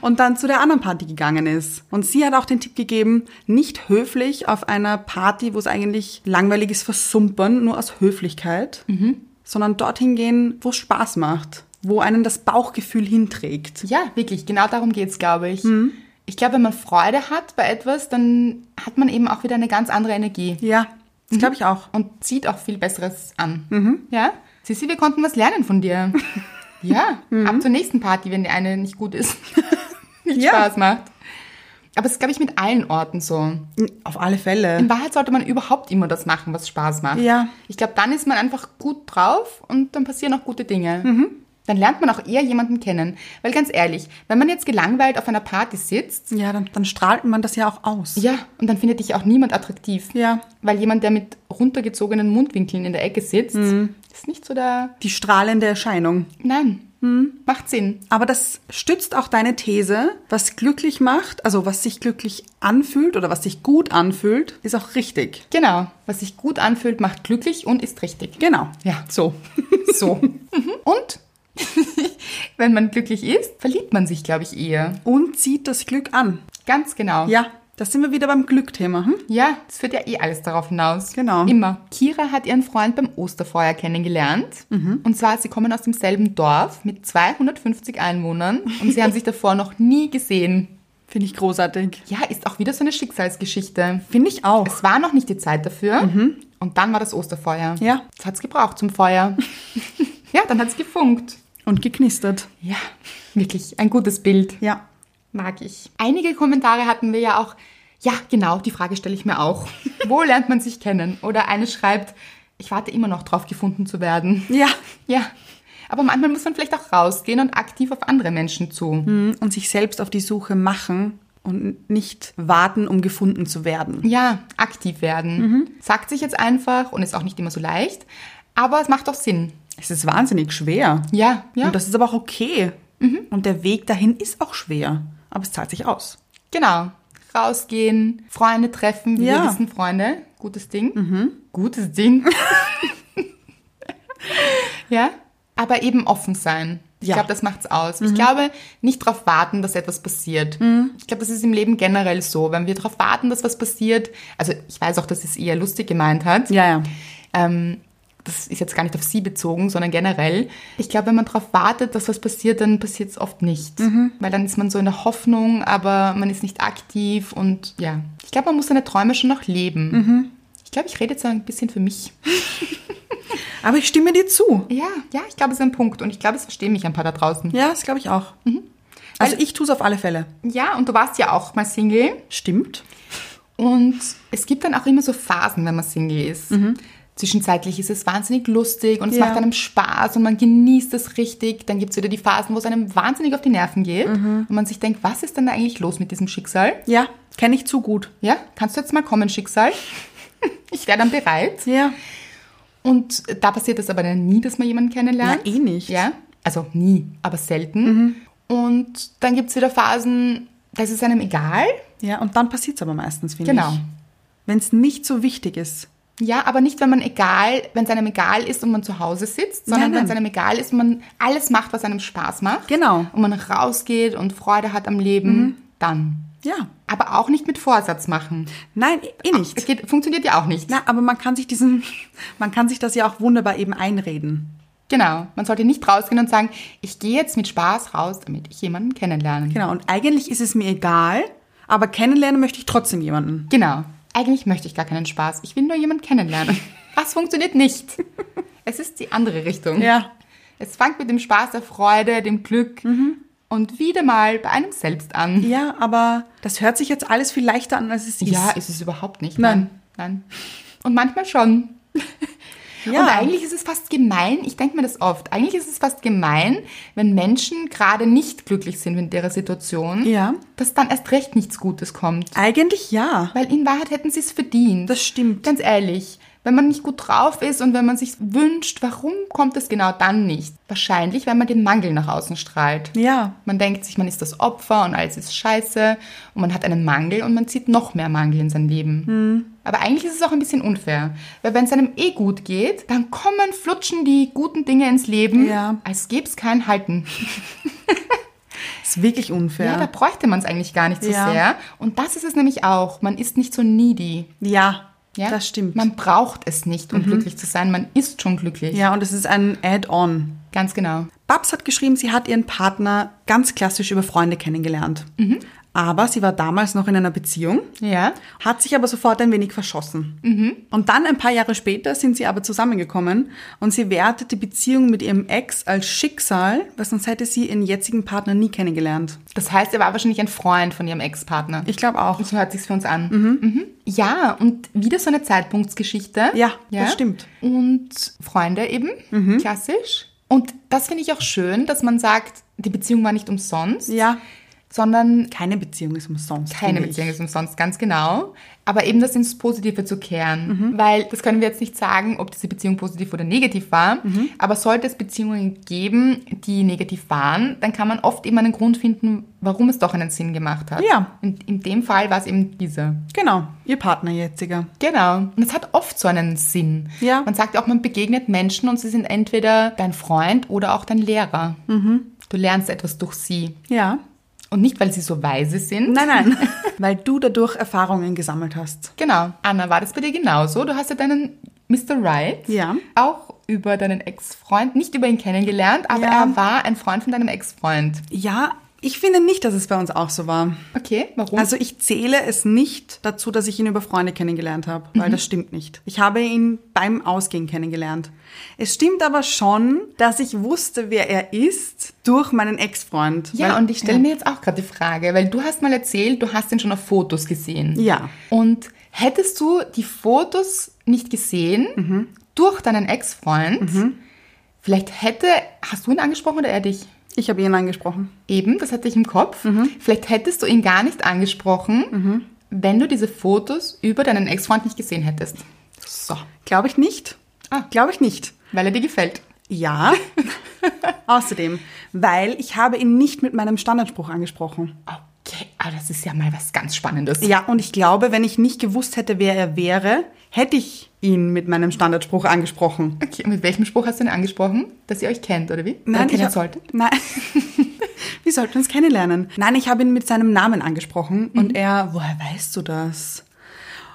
Speaker 2: und dann zu der anderen Party gegangen ist. Und sie hat auch den Tipp gegeben, nicht höflich auf einer Party, wo es eigentlich langweilig ist, versumpern, nur aus Höflichkeit, sondern dorthin gehen, wo es Spaß macht, wo einen das Bauchgefühl hinträgt.
Speaker 1: Ja, wirklich, genau darum geht's, glaube ich.
Speaker 2: Mhm.
Speaker 1: Ich glaube, wenn man Freude hat bei etwas, dann hat man eben auch wieder eine ganz andere Energie
Speaker 2: Ja, das glaube ich auch.
Speaker 1: und zieht auch viel Besseres an.
Speaker 2: Mhm.
Speaker 1: Ja? Sissi, wir konnten was lernen von
Speaker 2: *laughs*
Speaker 1: dir. ja,
Speaker 2: Mhm.
Speaker 1: ab zur nächsten Party, wenn die eine nicht gut
Speaker 2: *laughs*
Speaker 1: ist, nicht
Speaker 2: Ja.
Speaker 1: Spaß macht. Aber es ist, glaube ich, mit allen Orten so.
Speaker 2: Auf alle Fälle.
Speaker 1: In Wahrheit sollte man überhaupt immer das machen, was Spaß macht.
Speaker 2: Ja.
Speaker 1: Ich glaube, dann ist man einfach gut drauf und dann passieren auch gute Dinge.
Speaker 2: Mhm.
Speaker 1: Dann lernt man auch eher jemanden kennen. Weil ganz ehrlich, wenn man jetzt gelangweilt auf einer Party sitzt,
Speaker 2: Ja, dann, dann strahlt man das ja auch aus.
Speaker 1: ja, und dann findet dich auch niemand attraktiv.
Speaker 2: Ja.
Speaker 1: Weil jemand, der mit runtergezogenen Mundwinkeln in der Ecke sitzt,
Speaker 2: Mhm.
Speaker 1: ist nicht so der.
Speaker 2: Die strahlende Erscheinung.
Speaker 1: Nein.
Speaker 2: Mhm.
Speaker 1: Macht Sinn.
Speaker 2: Aber das stützt auch deine These, was glücklich macht, also was sich glücklich anfühlt oder was sich gut anfühlt, ist auch richtig.
Speaker 1: Genau. Was sich gut anfühlt, macht glücklich und ist richtig.
Speaker 2: Genau.
Speaker 1: Ja.
Speaker 2: So.
Speaker 1: *laughs* So. Mhm. und *laughs* wenn man glücklich ist, verliebt man sich, glaube ich, eher.
Speaker 2: Und zieht das Glück an.
Speaker 1: Ganz genau.
Speaker 2: Ja, da sind wir wieder beim Glückthema. Hm?
Speaker 1: Ja, es führt ja eh alles darauf hinaus.
Speaker 2: Genau.
Speaker 1: Immer. Kira hat ihren Freund beim Osterfeuer kennengelernt.
Speaker 2: Mhm.
Speaker 1: Und zwar, sie kommen aus demselben Dorf mit 250 Einwohnern und sie haben sich davor noch nie gesehen.
Speaker 2: Finde ich großartig.
Speaker 1: Ja, ist auch wieder so eine Schicksalsgeschichte.
Speaker 2: Finde ich auch.
Speaker 1: Es war noch nicht die Zeit dafür. Und dann war das Osterfeuer.
Speaker 2: Mhm. Ja.
Speaker 1: Das hat's gebraucht zum
Speaker 2: *laughs*
Speaker 1: Feuer. ja, dann hat's gefunkt.
Speaker 2: Und geknistert.
Speaker 1: Ja, wirklich ein gutes Bild.
Speaker 2: Ja.
Speaker 1: Mag ich. Einige Kommentare hatten wir ja auch. Ja, genau, die Frage stelle ich mir
Speaker 2: *laughs*
Speaker 1: auch. Wo lernt man sich kennen? Oder eine schreibt, ich warte immer noch drauf gefunden zu
Speaker 2: *laughs*
Speaker 1: werden.
Speaker 2: Ja.
Speaker 1: Ja, aber manchmal muss man vielleicht auch rausgehen und aktiv auf andere Menschen zu.
Speaker 2: Hm, Und sich selbst auf die Suche machen und nicht warten, um gefunden zu werden.
Speaker 1: Ja, aktiv werden.
Speaker 2: Mhm.
Speaker 1: Sagt sich jetzt einfach und ist auch nicht immer so leicht, aber es macht doch Sinn.
Speaker 2: Es ist wahnsinnig schwer.
Speaker 1: Ja, ja.
Speaker 2: Und das ist aber auch okay. Und der Weg dahin ist auch schwer. Aber es zahlt sich aus.
Speaker 1: Genau. Rausgehen, Freunde treffen, wir
Speaker 2: Ja. Mhm.
Speaker 1: wissen Freunde. Gutes Ding. Gutes Ding. *laughs* ja. Aber eben offen sein. Ich
Speaker 2: Ja. Mhm.
Speaker 1: glaube, das macht's aus. Ich glaube, nicht darauf warten, dass etwas passiert. Ich glaube, das ist im Leben generell so. Wenn wir darauf warten, dass was passiert, also ich weiß auch, dass sie es eher lustig gemeint hat.
Speaker 2: Ja, ja.
Speaker 1: Ähm, das ist jetzt gar nicht auf sie bezogen, sondern generell. Ich glaube, wenn man darauf wartet, dass was passiert, dann passiert es oft nicht. Weil dann ist man so in der Hoffnung, aber man ist nicht aktiv und ja. Ich glaube, man muss seine Träume schon noch leben. Ich glaube, ich rede jetzt ein bisschen für mich.
Speaker 2: Aber ich stimme dir zu.
Speaker 1: Ja, ja, ich glaube, es ist ein Punkt und ich glaube, es verstehen mich ein paar da draußen. Ja,
Speaker 2: Ja, das glaube ich auch. Also ich tue es auf alle Fälle.
Speaker 1: und du warst ja auch mal Single
Speaker 2: Stimmt.
Speaker 1: und es gibt dann auch immer so Phasen, wenn man Single ist. Zwischenzeitlich ist es wahnsinnig lustig und es
Speaker 2: Mhm. Ja.
Speaker 1: macht einem Spaß und man genießt es richtig. Dann gibt es wieder die Phasen, wo es einem wahnsinnig auf die Nerven geht
Speaker 2: Mhm.
Speaker 1: und man sich denkt, was ist denn da eigentlich los mit diesem Schicksal?
Speaker 2: Ja, kenne ich zu gut.
Speaker 1: Ja, kannst du jetzt mal kommen, Schicksal? *laughs* ich wäre dann bereit.
Speaker 2: Ja.
Speaker 1: Und da passiert es aber dann nie, dass man jemanden kennenlernt.
Speaker 2: Na, eh nicht. Mhm.
Speaker 1: Ja, also nie, aber selten. Und dann gibt es wieder Phasen, das ist einem egal.
Speaker 2: Ja, und dann passiert es aber meistens, finde
Speaker 1: Genau.
Speaker 2: ich. Wenn es nicht so wichtig ist.
Speaker 1: Ja, aber nicht, wenn man egal, wenn es einem egal ist und man zu Hause sitzt, sondern
Speaker 2: Nein, nein.
Speaker 1: wenn es einem egal ist und man alles macht, was einem Spaß macht.
Speaker 2: Genau. Mhm.
Speaker 1: Und man rausgeht und Freude hat am Leben, dann.
Speaker 2: Ja.
Speaker 1: Aber auch nicht mit Vorsatz machen.
Speaker 2: Nein, eh
Speaker 1: Es
Speaker 2: nicht.
Speaker 1: geht, funktioniert ja auch nicht.
Speaker 2: Na, aber man kann sich diesen, *laughs* man kann sich das ja auch wunderbar eben einreden.
Speaker 1: Genau. Man sollte nicht rausgehen und sagen, ich gehe jetzt mit Spaß raus, damit ich jemanden kennenlerne.
Speaker 2: Genau. Und eigentlich ist es mir egal, aber kennenlernen möchte ich trotzdem jemanden.
Speaker 1: Genau. Eigentlich möchte ich gar keinen Spaß. Ich will nur jemanden
Speaker 2: *laughs*
Speaker 1: kennenlernen. Was funktioniert nicht? Es ist die andere Richtung.
Speaker 2: Ja.
Speaker 1: Es fängt mit dem Spaß, der Freude, dem Glück und wieder mal bei einem selbst an.
Speaker 2: Mhm. Ja, aber das hört sich jetzt alles viel leichter an, als es ist.
Speaker 1: Ja, ist es überhaupt nicht.
Speaker 2: Nein.
Speaker 1: Nein. Nein. Und manchmal schon.
Speaker 2: *laughs* Ja.
Speaker 1: Und eigentlich ist es fast gemein, ich denke mir das oft, eigentlich ist es fast gemein, wenn Menschen gerade nicht glücklich sind mit ihrer Situation,
Speaker 2: Ja.
Speaker 1: dass dann erst recht nichts Gutes kommt.
Speaker 2: Eigentlich ja.
Speaker 1: Weil in Wahrheit hätten sie es verdient.
Speaker 2: Das stimmt.
Speaker 1: Ganz ehrlich. Wenn man nicht gut drauf ist und wenn man sich wünscht, warum kommt es genau dann nicht? Wahrscheinlich, weil man den Mangel nach außen strahlt.
Speaker 2: Ja.
Speaker 1: Man denkt sich, man ist das Opfer und alles ist scheiße und man hat einen Mangel und man zieht noch mehr Mangel in sein Leben.
Speaker 2: Hm.
Speaker 1: Aber eigentlich ist es auch ein bisschen unfair, weil wenn es einem eh gut geht, dann kommen, flutschen die guten Dinge ins Leben,
Speaker 2: Ja.
Speaker 1: als gäbe es kein Halten.
Speaker 2: Ist wirklich unfair.
Speaker 1: Ja, da bräuchte man es eigentlich gar nicht so
Speaker 2: Ja.
Speaker 1: sehr. Und das ist es nämlich auch. Man ist nicht so needy.
Speaker 2: Ja,
Speaker 1: Ja?
Speaker 2: das stimmt. Mhm.
Speaker 1: Man braucht es nicht, um glücklich zu sein. Man ist schon glücklich.
Speaker 2: ja, und es ist ein Add-on.
Speaker 1: Ganz genau.
Speaker 2: Babs hat geschrieben, sie hat ihren Partner ganz klassisch über Freunde kennengelernt. Aber sie war damals noch in einer Beziehung,
Speaker 1: Ja.
Speaker 2: hat sich aber sofort ein wenig verschossen. Und dann ein paar Jahre später sind sie aber zusammengekommen und sie wertet die Beziehung mit ihrem Ex als Schicksal, weil sonst hätte sie ihren jetzigen Partner nie kennengelernt.
Speaker 1: Das heißt, er war wahrscheinlich ein Freund von ihrem Ex-Partner.
Speaker 2: Ich glaube auch.
Speaker 1: So hört sich's für uns an. Mhm. Ja, und wieder so eine Zeitpunktsgeschichte.
Speaker 2: Ja, das stimmt. Mhm.
Speaker 1: Und Freunde eben, klassisch. Und das finde ich auch schön, dass man sagt, die Beziehung war nicht umsonst,
Speaker 2: Ja,
Speaker 1: sondern
Speaker 2: keine Beziehung ist umsonst.
Speaker 1: keine
Speaker 2: finde ich.
Speaker 1: Beziehung ist umsonst, ganz genau. Aber eben das ins Positive zu kehren.
Speaker 2: Mhm.
Speaker 1: Weil das können wir jetzt nicht sagen, ob diese Beziehung positiv oder negativ war.
Speaker 2: Mhm.
Speaker 1: Aber sollte es Beziehungen geben, die negativ waren, dann kann man oft eben einen Grund finden, warum es doch einen Sinn gemacht hat.
Speaker 2: Ja.
Speaker 1: Und in dem Fall war es eben diese.
Speaker 2: Genau, ihr Partner jetziger.
Speaker 1: Genau. Und es hat oft so einen Sinn.
Speaker 2: Ja.
Speaker 1: Man sagt auch, man begegnet Menschen und sie sind entweder dein Freund oder auch dein Lehrer.
Speaker 2: Mhm.
Speaker 1: Du lernst etwas durch sie.
Speaker 2: Ja.
Speaker 1: Und nicht, weil sie so weise sind.
Speaker 2: Nein, nein. *laughs* Weil du dadurch Erfahrungen gesammelt hast.
Speaker 1: Genau. Anna, war das bei dir genauso? Du hast ja deinen Mr. Right
Speaker 2: Ja.
Speaker 1: auch über deinen Ex-Freund, nicht über ihn kennengelernt, aber
Speaker 2: Ja.
Speaker 1: er war ein Freund von deinem Ex-Freund.
Speaker 2: Ja, ich finde nicht, dass es bei uns auch so war.
Speaker 1: Okay, warum?
Speaker 2: Also ich zähle es nicht dazu, dass ich ihn über Freunde kennengelernt habe, weil das stimmt nicht. Ich habe ihn beim Ausgehen kennengelernt. Es stimmt aber schon, dass ich wusste, wer er ist, durch meinen Ex-Freund.
Speaker 1: ja,
Speaker 2: Weil-
Speaker 1: und ich stelle mir jetzt auch gerade die Frage, weil du hast mal erzählt, du hast ihn schon auf Fotos gesehen.
Speaker 2: Ja.
Speaker 1: Und hättest du die Fotos nicht gesehen
Speaker 2: Mhm.
Speaker 1: durch deinen Ex-Freund, vielleicht hätte, hast du ihn angesprochen oder er dich?
Speaker 2: Ich habe ihn angesprochen.
Speaker 1: Eben, das hatte ich im Kopf.
Speaker 2: Mhm.
Speaker 1: Vielleicht hättest du ihn gar nicht angesprochen, wenn du diese Fotos über deinen Ex-Freund nicht gesehen hättest. So,
Speaker 2: Glaube ich nicht.
Speaker 1: Ah.
Speaker 2: Glaube ich nicht.
Speaker 1: weil er dir
Speaker 2: *laughs*
Speaker 1: gefällt.
Speaker 2: Ja. Außerdem, weil ich habe ihn nicht mit meinem Standardspruch angesprochen.
Speaker 1: Okay, aber das ist ja mal was ganz Spannendes.
Speaker 2: Ja, und ich glaube, wenn ich nicht gewusst hätte, wer er wäre, hätte ich ihn mit meinem Standardspruch angesprochen.
Speaker 1: Okay, mit welchem Spruch hast du ihn angesprochen? Dass ihr euch kennt, oder wie? Oder kennen
Speaker 2: ich hab-
Speaker 1: solltet?
Speaker 2: Nein. *laughs* Wir sollten uns kennenlernen. Nein, ich habe ihn mit seinem Namen angesprochen und er, woher weißt du das?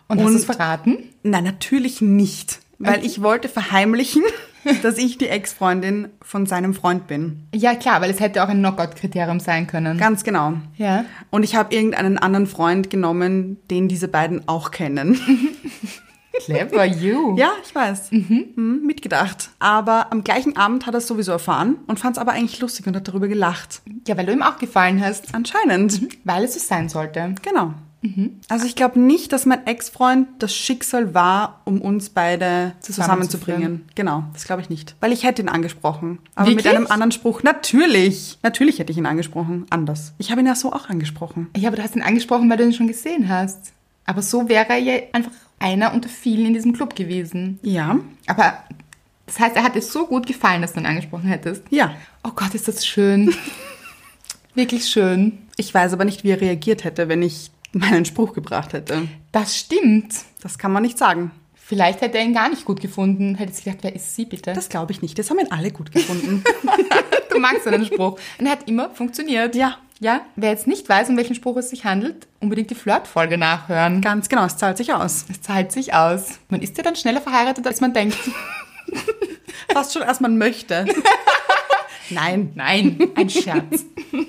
Speaker 1: Und, hast
Speaker 2: Und-
Speaker 1: du es verraten?
Speaker 2: Nein, natürlich nicht, weil ich wollte verheimlichen, *laughs* dass ich die Ex-Freundin von seinem Freund bin.
Speaker 1: Ja, klar, weil es hätte auch ein Knockout-Kriterium sein können.
Speaker 2: Ganz genau.
Speaker 1: Ja.
Speaker 2: Und ich habe irgendeinen anderen Freund genommen, den diese beiden auch kennen.
Speaker 1: Clever you.
Speaker 2: *laughs* Ja, ich weiß. Mhm, mitgedacht. Aber am gleichen Abend hat er es sowieso erfahren und fand es aber eigentlich lustig und hat darüber gelacht.
Speaker 1: ja, weil du ihm auch gefallen hast.
Speaker 2: Anscheinend.
Speaker 1: Weil es so sein sollte.
Speaker 2: Genau. Also ich glaube nicht, dass mein Ex-Freund das Schicksal war, um uns beide
Speaker 1: Zusammenzuführen.
Speaker 2: zusammenzubringen. Genau, das glaube ich nicht. Weil ich hätte ihn angesprochen. Aber mit
Speaker 1: Wirklich?
Speaker 2: einem anderen Spruch. Natürlich. Natürlich hätte ich ihn angesprochen. Anders. Ich habe ihn ja so auch angesprochen.
Speaker 1: Ja, aber du hast ihn angesprochen, weil du ihn schon gesehen hast. Aber so wäre er ja einfach einer unter vielen in diesem Club gewesen.
Speaker 2: Ja.
Speaker 1: Aber das heißt, er hat dir so gut gefallen, dass du ihn angesprochen hättest.
Speaker 2: Ja.
Speaker 1: Oh Gott, ist das
Speaker 2: *laughs*
Speaker 1: schön. Wirklich schön.
Speaker 2: Ich weiß aber nicht, wie er reagiert hätte, wenn ich meinen Spruch gebracht hätte.
Speaker 1: Das stimmt.
Speaker 2: Das kann man nicht sagen.
Speaker 1: Vielleicht hätte er ihn gar nicht gut gefunden. Hätte sich gedacht, wer ist sie bitte?
Speaker 2: Das glaube ich nicht. Das haben ihn alle gut *laughs* gefunden.
Speaker 1: du magst seinen Spruch. Und er hat immer funktioniert.
Speaker 2: Ja.
Speaker 1: Ja, wer jetzt nicht weiß, um welchen Spruch es sich handelt, unbedingt die Flirtfolge nachhören.
Speaker 2: Ganz genau, es zahlt sich aus.
Speaker 1: Es zahlt sich aus. Man ist ja dann schneller verheiratet, als man denkt.
Speaker 2: Fast schon, als man möchte. Nein.
Speaker 1: Nein, ein Scherz. *laughs*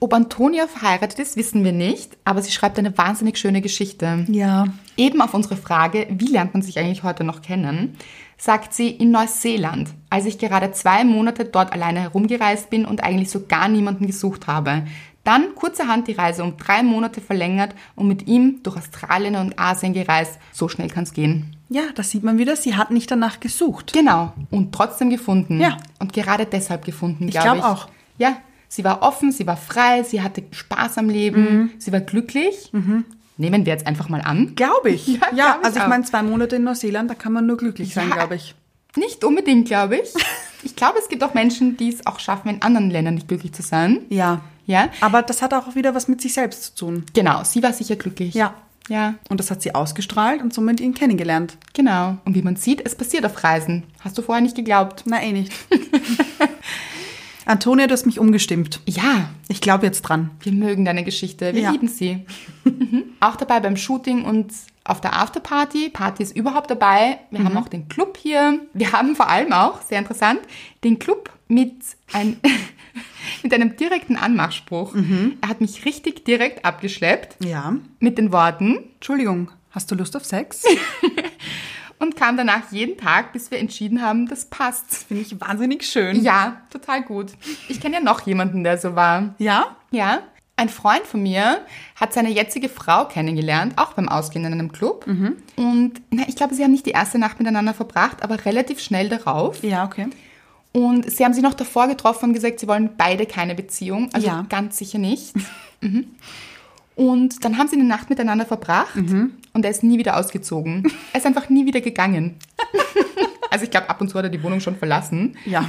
Speaker 1: Ob Antonia verheiratet ist, wissen wir nicht, aber sie schreibt eine wahnsinnig schöne Geschichte.
Speaker 2: *laughs* Ja.
Speaker 1: Eben auf unsere Frage, wie lernt man sich eigentlich heute noch kennen, sagt sie in Neuseeland, als ich gerade zwei Monate dort alleine herumgereist bin und eigentlich so gar niemanden gesucht habe. Dann kurzerhand die Reise um drei Monate verlängert und mit ihm durch Australien und Asien gereist. So schnell kann's gehen.
Speaker 2: Ja, da sieht man wieder, sie hat nicht danach gesucht.
Speaker 1: Genau. Und trotzdem gefunden.
Speaker 2: Ja.
Speaker 1: Und gerade deshalb gefunden,
Speaker 2: Ich
Speaker 1: glaube
Speaker 2: glaub
Speaker 1: ich.
Speaker 2: auch.
Speaker 1: Ja. Sie war offen, sie war frei, sie hatte Spaß am Leben,
Speaker 2: Mhm.
Speaker 1: sie war glücklich. Nehmen wir jetzt einfach mal an.
Speaker 2: Glaube ich. Ja,
Speaker 1: glaub ich
Speaker 2: also ich
Speaker 1: auch.
Speaker 2: meine, zwei Monate in Neuseeland, da kann man nur glücklich sein,
Speaker 1: Ja.
Speaker 2: glaube ich.
Speaker 1: Nicht unbedingt, glaube
Speaker 2: *laughs*
Speaker 1: ich. Ich glaube, es gibt auch Menschen, die es auch schaffen, in anderen Ländern nicht glücklich zu sein.
Speaker 2: Ja.
Speaker 1: Ja.
Speaker 2: Aber das hat auch wieder was mit sich selbst zu tun.
Speaker 1: Genau, sie war sicher glücklich.
Speaker 2: Ja.
Speaker 1: Ja,
Speaker 2: Und das hat sie ausgestrahlt und somit ihn kennengelernt.
Speaker 1: genau. Und wie man sieht, es passiert auf Reisen. Hast du vorher nicht geglaubt?
Speaker 2: Na, eh *laughs* nicht. Antonia, du hast mich umgestimmt.
Speaker 1: Ja,
Speaker 2: Ich glaube jetzt dran.
Speaker 1: wir mögen deine Geschichte. Wir
Speaker 2: Ja.
Speaker 1: lieben sie. Mhm. auch dabei beim Shooting und auf der Afterparty. Party ist überhaupt dabei. Wir haben auch den Club hier. Wir haben vor allem auch, sehr interessant, den Club mit, ein, *laughs* mit einem direkten Anmachspruch. Er hat mich richtig direkt abgeschleppt
Speaker 2: Ja.
Speaker 1: mit den Worten.
Speaker 2: Entschuldigung, hast du Lust auf Sex?
Speaker 1: und kam danach jeden Tag, bis wir entschieden haben, das passt.
Speaker 2: *laughs* Finde ich wahnsinnig schön.
Speaker 1: Ja, total gut. Ich kenne ja noch jemanden, der so war.
Speaker 2: Ja?
Speaker 1: Ja, ein Freund von mir hat seine jetzige Frau kennengelernt, auch beim Ausgehen in einem Club.
Speaker 2: Mhm.
Speaker 1: Und na, ich glaube, sie haben nicht die erste Nacht miteinander verbracht, aber relativ schnell darauf.
Speaker 2: Ja, okay.
Speaker 1: Und sie haben sich noch davor getroffen und gesagt, sie wollen beide keine Beziehung. Also
Speaker 2: Ja.
Speaker 1: ganz sicher nicht. *laughs* Mhm. Und dann haben sie eine Nacht miteinander verbracht
Speaker 2: Mhm.
Speaker 1: und er ist nie wieder
Speaker 2: *laughs*
Speaker 1: ausgezogen. Er ist einfach nie wieder gegangen. also ich glaube, ab und zu hat er die Wohnung schon verlassen.
Speaker 2: Ja.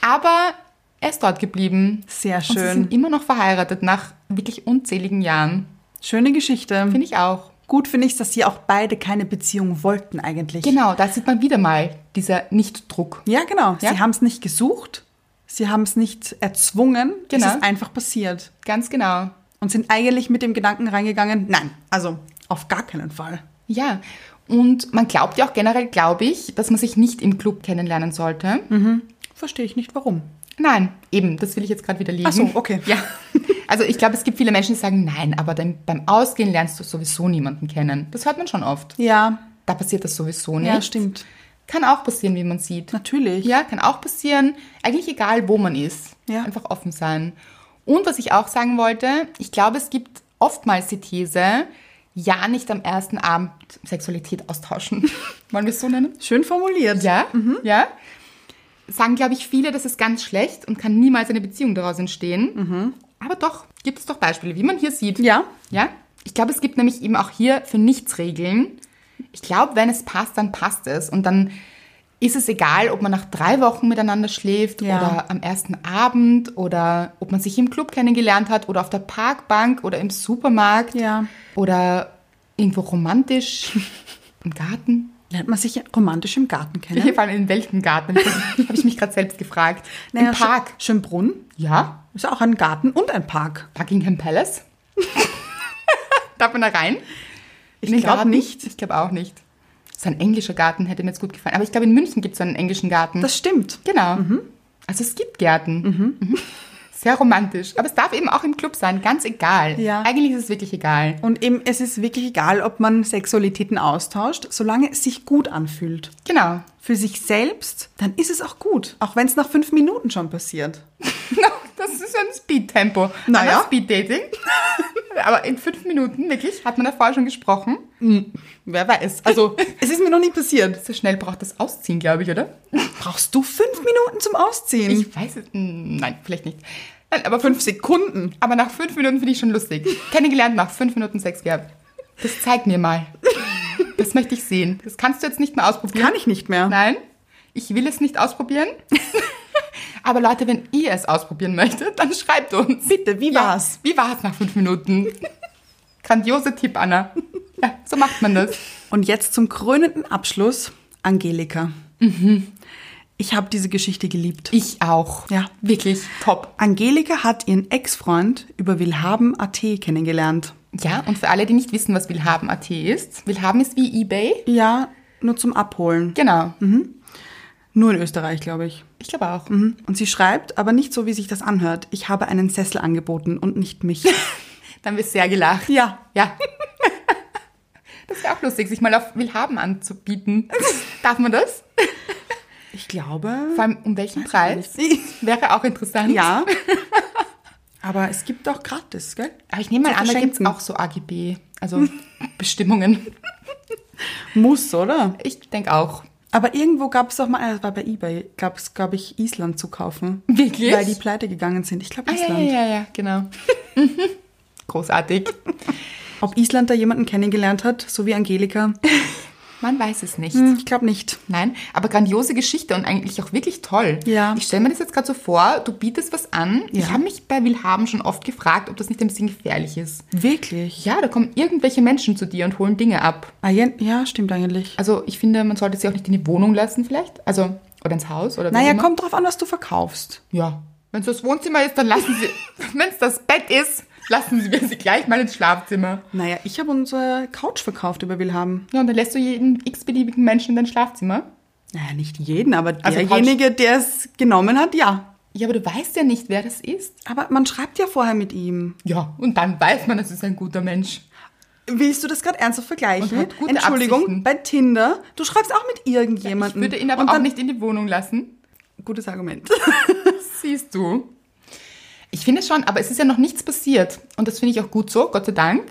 Speaker 1: Aber er ist dort geblieben.
Speaker 2: *laughs* Sehr
Speaker 1: Und sie
Speaker 2: schön.
Speaker 1: sind immer noch verheiratet nach wirklich unzähligen Jahren.
Speaker 2: Schöne Geschichte.
Speaker 1: Finde ich auch.
Speaker 2: Gut finde ich, dass sie auch beide keine Beziehung wollten eigentlich.
Speaker 1: Genau, da sieht man wieder mal dieser Nichtdruck.
Speaker 2: Ja, genau.
Speaker 1: Ja?
Speaker 2: Sie haben es nicht gesucht, sie haben es nicht erzwungen,
Speaker 1: Genau.
Speaker 2: es ist einfach passiert.
Speaker 1: Ganz genau.
Speaker 2: Und sind eigentlich mit dem Gedanken reingegangen, nein, also auf gar keinen Fall.
Speaker 1: Ja, und man glaubt ja auch generell, glaube ich, dass man sich nicht im Club kennenlernen sollte.
Speaker 2: Mhm. Verstehe ich nicht, warum.
Speaker 1: Nein, eben, das will ich jetzt gerade wieder liegen.
Speaker 2: Ach so, okay.
Speaker 1: Ja. *laughs* Also ich glaube, es gibt viele Menschen, die sagen, nein, aber dann beim Ausgehen lernst du sowieso niemanden kennen. Das hört man schon oft.
Speaker 2: Ja,
Speaker 1: Da passiert das sowieso nicht.
Speaker 2: ja, stimmt.
Speaker 1: Kann auch passieren, wie man sieht.
Speaker 2: Natürlich.
Speaker 1: Ja, kann auch passieren. Eigentlich egal, wo man ist.
Speaker 2: Ja.
Speaker 1: Einfach offen sein. Und was ich auch sagen wollte, ich glaube, es gibt oftmals die These, ja, nicht am ersten Abend Sexualität austauschen. *laughs* Wollen wir es so nennen?
Speaker 2: Schön formuliert.
Speaker 1: Ja,
Speaker 2: Mhm.
Speaker 1: ja. Sagen, glaube ich, viele, das ist ganz schlecht und kann niemals eine Beziehung daraus entstehen. Aber doch, gibt es doch Beispiele, wie man hier sieht.
Speaker 2: Mhm. Ja.
Speaker 1: Ja. Ich glaube, es gibt nämlich eben auch hier für nichts Regeln. Ich glaube, wenn es passt, dann passt es. Und dann ist es egal, ob man nach drei Wochen miteinander schläft
Speaker 2: Ja.
Speaker 1: oder am ersten Abend oder ob man sich im Club kennengelernt hat oder auf der Parkbank oder im Supermarkt
Speaker 2: Ja.
Speaker 1: oder irgendwo romantisch im Garten.
Speaker 2: Lernt man sich romantisch im Garten kennen?
Speaker 1: Ja, vor allem in welchem
Speaker 2: *laughs*
Speaker 1: Garten? Habe ich mich gerade selbst gefragt.
Speaker 2: Naja,
Speaker 1: Im Park.
Speaker 2: Sch- Schönbrunn
Speaker 1: Ja,
Speaker 2: ist auch ein Garten und ein Park.
Speaker 1: Buckingham
Speaker 2: *laughs*
Speaker 1: Palace. Darf man da rein?
Speaker 2: Ich
Speaker 1: In den
Speaker 2: glaube
Speaker 1: Garten?
Speaker 2: nicht.
Speaker 1: Ich glaube auch nicht. So ein englischer Garten hätte mir jetzt gut gefallen. Aber ich glaube, in München gibt es so einen englischen Garten.
Speaker 2: Das Mhm. stimmt.
Speaker 1: genau. Also es gibt Gärten. Mhm. Sehr romantisch. Aber es darf eben auch im Club sein, ganz egal.
Speaker 2: Ja.
Speaker 1: Eigentlich ist es wirklich egal.
Speaker 2: Und eben, es ist wirklich egal, ob man Sexualitäten austauscht, solange es sich gut anfühlt.
Speaker 1: Genau.
Speaker 2: Für sich selbst, dann ist es auch gut. Auch wenn es nach fünf Minuten schon passiert. *laughs*
Speaker 1: *laughs* Das ist ein Speed-Tempo.
Speaker 2: Naja.
Speaker 1: Aber Speed-Dating. *laughs* Aber in fünf Minuten, wirklich, hat man davor schon gesprochen.
Speaker 2: Hm, Wer weiß. Also, es ist mir noch nie
Speaker 1: *laughs*
Speaker 2: passiert.
Speaker 1: So schnell braucht das Ausziehen, glaube ich, oder?
Speaker 2: Hm. Brauchst du fünf Minuten zum Ausziehen?
Speaker 1: Ich weiß es. mm, Nein, vielleicht nicht. Nein, aber, fünf,
Speaker 2: fünf Sekunden.
Speaker 1: aber nach fünf Minuten finde ich schon lustig. Kennengelernt, nach fünf Minuten Sex gehabt. Das zeig mir
Speaker 2: *laughs*
Speaker 1: mal. Das möchte ich sehen. Das kannst du jetzt nicht mehr ausprobieren.
Speaker 2: Kann ich nicht mehr.
Speaker 1: Nein, ich will es nicht
Speaker 2: *laughs*
Speaker 1: ausprobieren. Aber Leute, wenn ihr es ausprobieren möchtet, dann schreibt uns.
Speaker 2: Bitte, wie
Speaker 1: Ja,
Speaker 2: war's?
Speaker 1: Wie war's nach fünf Minuten? Grandiose Tipp, Anna. Ja, so macht man das.
Speaker 2: Und jetzt zum krönenden Abschluss, Angelika.
Speaker 1: Mhm.
Speaker 2: Ich habe diese Geschichte geliebt.
Speaker 1: Ich auch.
Speaker 2: Ja.
Speaker 1: Wirklich top.
Speaker 2: Angelika hat ihren Ex-Freund über willhaben.at kennengelernt.
Speaker 1: Ja, und für alle, die nicht wissen, was Willhaben.at ist, Willhaben ist wie eBay.
Speaker 2: Ja, nur zum Abholen.
Speaker 1: Genau.
Speaker 2: Nur in Österreich, glaube ich.
Speaker 1: Ich glaube auch.
Speaker 2: Mhm. Und sie schreibt, aber nicht so, wie sich das anhört. Ich habe einen Sessel angeboten und nicht mich.
Speaker 1: Dann haben wir sehr gelacht.
Speaker 2: ja.
Speaker 1: *laughs* Ja. *laughs* Das wäre auch lustig, sich mal auf Willhaben
Speaker 2: *laughs*
Speaker 1: anzubieten. Darf man das?
Speaker 2: Ich glaube.
Speaker 1: Vor allem um welchen Preis?
Speaker 2: nicht.
Speaker 1: *laughs* Wäre auch interessant.
Speaker 2: Ja. Aber es gibt auch gratis, gell?
Speaker 1: Aber ich nehme mal
Speaker 2: Zu
Speaker 1: an, da gibt es
Speaker 2: verschenken.
Speaker 1: auch so AGB, also Bestimmungen.
Speaker 2: Muss, oder?
Speaker 1: Ich denke auch.
Speaker 2: Aber irgendwo gab es doch mal, das war bei eBay, gab es, glaube ich, Island zu kaufen.
Speaker 1: Wirklich?
Speaker 2: Weil die pleite gegangen sind. Ich glaube
Speaker 1: Ah, ja,
Speaker 2: Island.
Speaker 1: ja, ja, ja, genau. Mhm. *laughs* Großartig.
Speaker 2: Ob Island da jemanden kennengelernt hat, so wie Angelika?
Speaker 1: Man weiß es nicht.
Speaker 2: Hm, Ich glaube nicht.
Speaker 1: Nein, aber grandiose Geschichte und eigentlich auch wirklich toll.
Speaker 2: Ja.
Speaker 1: Ich stelle mir das jetzt gerade so vor, du bietest was an. Ich
Speaker 2: Ja.
Speaker 1: habe mich bei Wilhaben schon oft gefragt, ob das nicht ein bisschen gefährlich ist.
Speaker 2: Wirklich?
Speaker 1: Ja, da kommen irgendwelche Menschen zu dir und holen Dinge ab.
Speaker 2: Ah, ja, ja, stimmt eigentlich.
Speaker 1: Also ich finde, man sollte sie auch nicht in die Wohnung lassen vielleicht. Also, oder ins Haus oder wie
Speaker 2: Naja,
Speaker 1: immer.
Speaker 2: kommt drauf an, was du verkaufst.
Speaker 1: Ja. Wenn es das Wohnzimmer ist, dann lassen *laughs* sie, wenn es das Bett ist, lassen sie wir sie gleich mal ins Schlafzimmer.
Speaker 2: Naja, ich habe unsere Couch verkauft über Wilhelm.
Speaker 1: Ja, und dann lässt du jeden x-beliebigen Menschen in dein Schlafzimmer.
Speaker 2: Naja, nicht jeden, aber
Speaker 1: Also
Speaker 2: derjenige, der es genommen hat, ja.
Speaker 1: Ja, aber du weißt ja nicht, wer das ist.
Speaker 2: Aber man schreibt ja vorher mit ihm.
Speaker 1: Ja, und dann weiß man, das ist ein guter Mensch.
Speaker 2: Willst du das gerade ernsthaft
Speaker 1: Und
Speaker 2: vergleichen?
Speaker 1: hat gute
Speaker 2: Entschuldigung,
Speaker 1: Absichten.
Speaker 2: bei Tinder, du schreibst auch mit
Speaker 1: Ich
Speaker 2: irgendjemandem.
Speaker 1: würde ihn aber
Speaker 2: Und
Speaker 1: auch
Speaker 2: dann-
Speaker 1: nicht in die Wohnung lassen.
Speaker 2: Gutes Argument.
Speaker 1: Siehst du. Ich finde schon, aber es ist ja noch nichts passiert. Und das finde ich auch gut so, Gott sei Dank.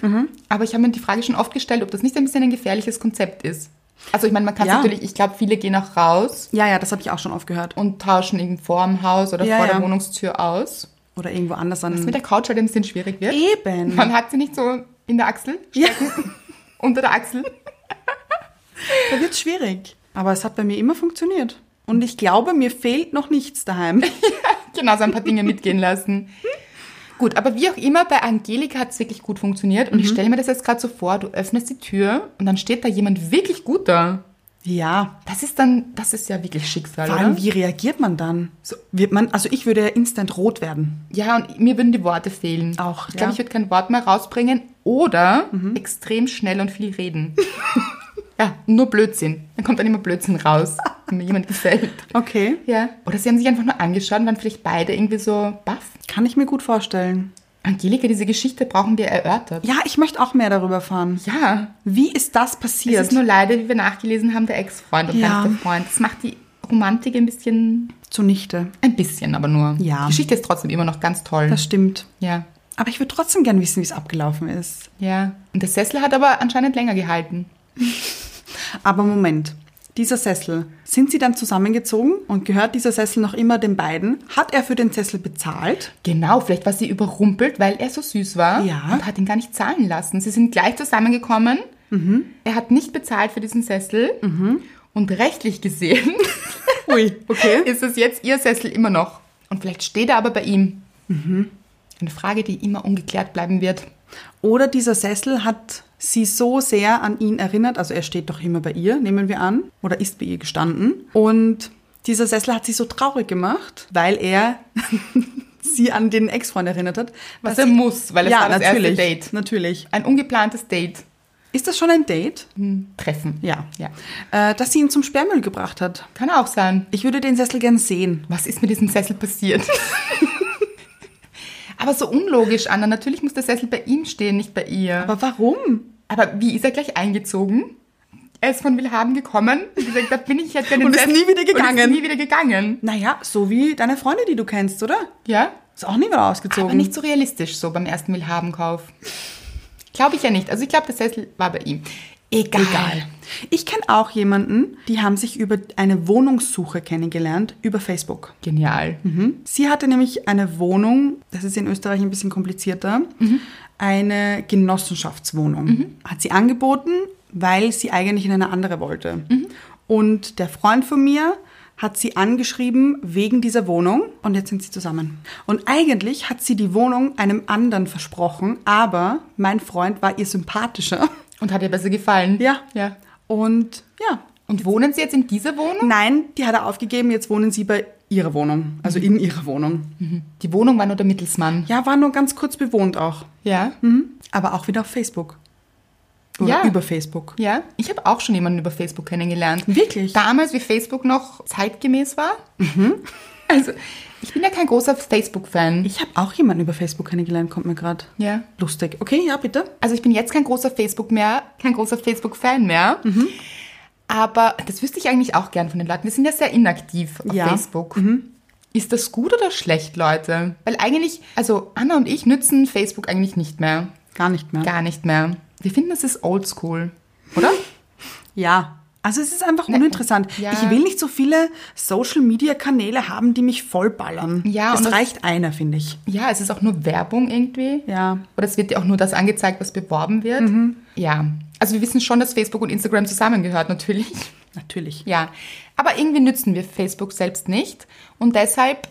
Speaker 1: Aber ich habe mir die Frage schon oft gestellt, ob das nicht ein bisschen ein gefährliches Konzept ist. Also ich meine, man kann
Speaker 2: Ja.
Speaker 1: natürlich, ich glaube, viele gehen auch raus
Speaker 2: *laughs* Ja, ja, das habe ich auch schon oft gehört.
Speaker 1: und tauschen eben vor dem Haus oder
Speaker 2: Ja,
Speaker 1: vor der
Speaker 2: ja.
Speaker 1: Wohnungstür aus.
Speaker 2: Oder irgendwo anders
Speaker 1: Was mit
Speaker 2: an.
Speaker 1: der Couch halt ein bisschen schwierig wird.
Speaker 2: Eben.
Speaker 1: Man hat sie nicht so in der Achsel,
Speaker 2: Ja,
Speaker 1: unter der Achsel. *laughs*
Speaker 2: da wird schwierig. Aber es hat bei mir immer funktioniert. Und ich glaube, mir fehlt noch nichts daheim. *laughs*
Speaker 1: Genau, so ein paar Dinge mitgehen lassen. Gut, aber wie auch immer, bei Angelika hat es wirklich gut funktioniert. Und ich
Speaker 2: Mhm.
Speaker 1: stelle mir das jetzt gerade so vor, du öffnest die Tür und dann steht da jemand wirklich gut da.
Speaker 2: Ja,
Speaker 1: Das ist dann, das ist ja wirklich Schicksal,
Speaker 2: Vor allem,
Speaker 1: oder?
Speaker 2: wie reagiert man dann? So, wird man, also ich würde ja instant rot werden.
Speaker 1: Ja, und mir würden die Worte fehlen.
Speaker 2: Auch,
Speaker 1: Ich glaube,
Speaker 2: ja. Mhm.
Speaker 1: ich würde kein Wort mehr rausbringen oder extrem schnell und viel reden. *laughs* ja, nur Blödsinn. Dann kommt dann immer Blödsinn raus, wenn mir jemand gefällt.
Speaker 2: Okay.
Speaker 1: Ja. Oder sie haben sich einfach nur angeschaut und waren vielleicht beide irgendwie so baff.
Speaker 2: Kann ich mir gut vorstellen.
Speaker 1: Angelika, diese Geschichte brauchen wir erörtert.
Speaker 2: Ja, ich möchte auch mehr darüber erfahren.
Speaker 1: Ja,
Speaker 2: Wie ist das
Speaker 1: es
Speaker 2: passiert?
Speaker 1: ist nur leider, wie wir nachgelesen haben, der Ex-Freund und
Speaker 2: Ja.
Speaker 1: gar nicht der Freund. Das macht die Romantik ein bisschen,
Speaker 2: Zunichte.
Speaker 1: ein bisschen, aber nur.
Speaker 2: Ja.
Speaker 1: Die Geschichte ist trotzdem immer noch ganz toll.
Speaker 2: Das stimmt.
Speaker 1: ja,
Speaker 2: Aber ich würde trotzdem gern wissen, wie es abgelaufen ist.
Speaker 1: ja. Und der Sessel hat aber anscheinend länger gehalten.
Speaker 2: Aber Moment. Dieser Sessel. Sind sie dann zusammengezogen und gehört dieser Sessel noch immer den beiden? Hat er für den Sessel bezahlt?
Speaker 1: Genau, vielleicht war sie überrumpelt, weil er so süß war
Speaker 2: Ja.
Speaker 1: und hat ihn gar nicht zahlen lassen. Sie sind gleich zusammengekommen.
Speaker 2: Mhm.
Speaker 1: Er hat nicht bezahlt für diesen Sessel. Und rechtlich gesehen
Speaker 2: Ui, Mhm. *laughs* okay.
Speaker 1: *laughs* ist es jetzt ihr Sessel immer noch. Und vielleicht steht er aber bei ihm.
Speaker 2: Mhm.
Speaker 1: Eine Frage, die immer ungeklärt bleiben wird.
Speaker 2: Oder dieser Sessel hat sie so sehr an ihn erinnert, also er steht doch immer bei ihr, nehmen wir an, oder ist bei ihr gestanden. Und dieser Sessel hat sie so traurig gemacht, weil er *laughs* sie an den Ex-Freund erinnert hat.
Speaker 1: Was
Speaker 2: dass
Speaker 1: er
Speaker 2: sie-
Speaker 1: muss, weil es
Speaker 2: ja,
Speaker 1: war das
Speaker 2: natürlich,
Speaker 1: erste Date.
Speaker 2: Natürlich.
Speaker 1: Ein ungeplantes Date.
Speaker 2: Ist das schon ein Date?
Speaker 1: Treffen.
Speaker 2: Ja.
Speaker 1: Ja.
Speaker 2: Äh, dass sie ihn zum Sperrmüll gebracht hat.
Speaker 1: Kann auch sein.
Speaker 2: Ich würde den Sessel gern sehen.
Speaker 1: Was ist mit diesem Sessel
Speaker 2: *laughs*
Speaker 1: passiert? Aber so unlogisch, Anna. Natürlich muss der Sessel bei ihm stehen, nicht bei ihr.
Speaker 2: Aber warum?
Speaker 1: Aber wie ist er gleich eingezogen? Er ist von Wilhelm gekommen. Wie gesagt, da bin ich jetzt gerne
Speaker 2: *laughs* Und ist nie wieder
Speaker 1: Und ist
Speaker 2: gegangen.
Speaker 1: nie wieder gegangen.
Speaker 2: Naja, so wie deine Freunde, die du kennst, oder?
Speaker 1: Ja?
Speaker 2: Ist auch nie wieder ausgezogen.
Speaker 1: Aber nicht so realistisch so beim ersten Wilhelm-Kauf. Glaube ich ja nicht. Also ich glaube, der Sessel war bei ihm. Egal.
Speaker 2: Egal. Ich kenne auch jemanden, die haben sich über eine Wohnungssuche kennengelernt, über Facebook.
Speaker 1: Genial.
Speaker 2: Sie hatte nämlich eine Wohnung, das ist in Österreich ein bisschen komplizierter, eine Genossenschaftswohnung. Hat sie angeboten, weil sie eigentlich in eine andere wollte. Und der Freund von mir hat sie angeschrieben wegen dieser Wohnung und jetzt sind sie zusammen. Und eigentlich hat sie die Wohnung einem anderen versprochen, aber mein Freund war ihr sympathischer.
Speaker 1: Und hat dir besser gefallen?
Speaker 2: Ja.
Speaker 1: Ja.
Speaker 2: Und ja,
Speaker 1: Und wohnen sie jetzt in dieser Wohnung?
Speaker 2: Nein, die hat er aufgegeben, jetzt wohnen sie bei ihrer Wohnung, also in ihrer Wohnung.
Speaker 1: Die Wohnung war nur der Mittelsmann.
Speaker 2: Ja, war nur ganz kurz bewohnt auch.
Speaker 1: Ja.
Speaker 2: Mhm. Aber auch wieder auf Facebook. Oder
Speaker 1: Ja.
Speaker 2: über Facebook.
Speaker 1: Ja. Ich habe auch schon jemanden über Facebook kennengelernt.
Speaker 2: Wirklich? Mhm.
Speaker 1: Damals, wie Facebook noch zeitgemäß war. Also, ich bin ja kein großer Facebook-Fan.
Speaker 2: Ich habe auch jemanden über Facebook kennengelernt, kommt mir gerade.
Speaker 1: Ja.
Speaker 2: Lustig. Okay, ja, bitte.
Speaker 1: Also ich bin jetzt kein großer Facebook mehr, kein großer Facebook-Fan mehr.
Speaker 2: Mhm.
Speaker 1: Aber das wüsste ich eigentlich auch gern von den Leuten. Wir sind ja sehr inaktiv auf
Speaker 2: Ja. Mhm.
Speaker 1: Facebook. Ist das gut oder schlecht, Leute? Weil eigentlich, also Anna und ich nützen Facebook eigentlich nicht mehr.
Speaker 2: Gar nicht mehr.
Speaker 1: Gar nicht mehr. Wir finden, das ist oldschool, oder?
Speaker 2: Ja. Also es ist einfach uninteressant.
Speaker 1: Ne. ja.
Speaker 2: Ich will nicht so viele Social-Media-Kanäle haben, die mich vollballern.
Speaker 1: Ja,
Speaker 2: Es
Speaker 1: und das-
Speaker 2: reicht einer, finde ich.
Speaker 1: ja, es ist auch nur Werbung irgendwie.
Speaker 2: Ja. Mhm.
Speaker 1: Oder es wird dir auch nur das angezeigt, was beworben wird. Ja. Also wir wissen schon, dass Facebook und Instagram zusammengehört, natürlich.
Speaker 2: Natürlich.
Speaker 1: Ja. Aber irgendwie nützen wir Facebook selbst nicht. Und deshalb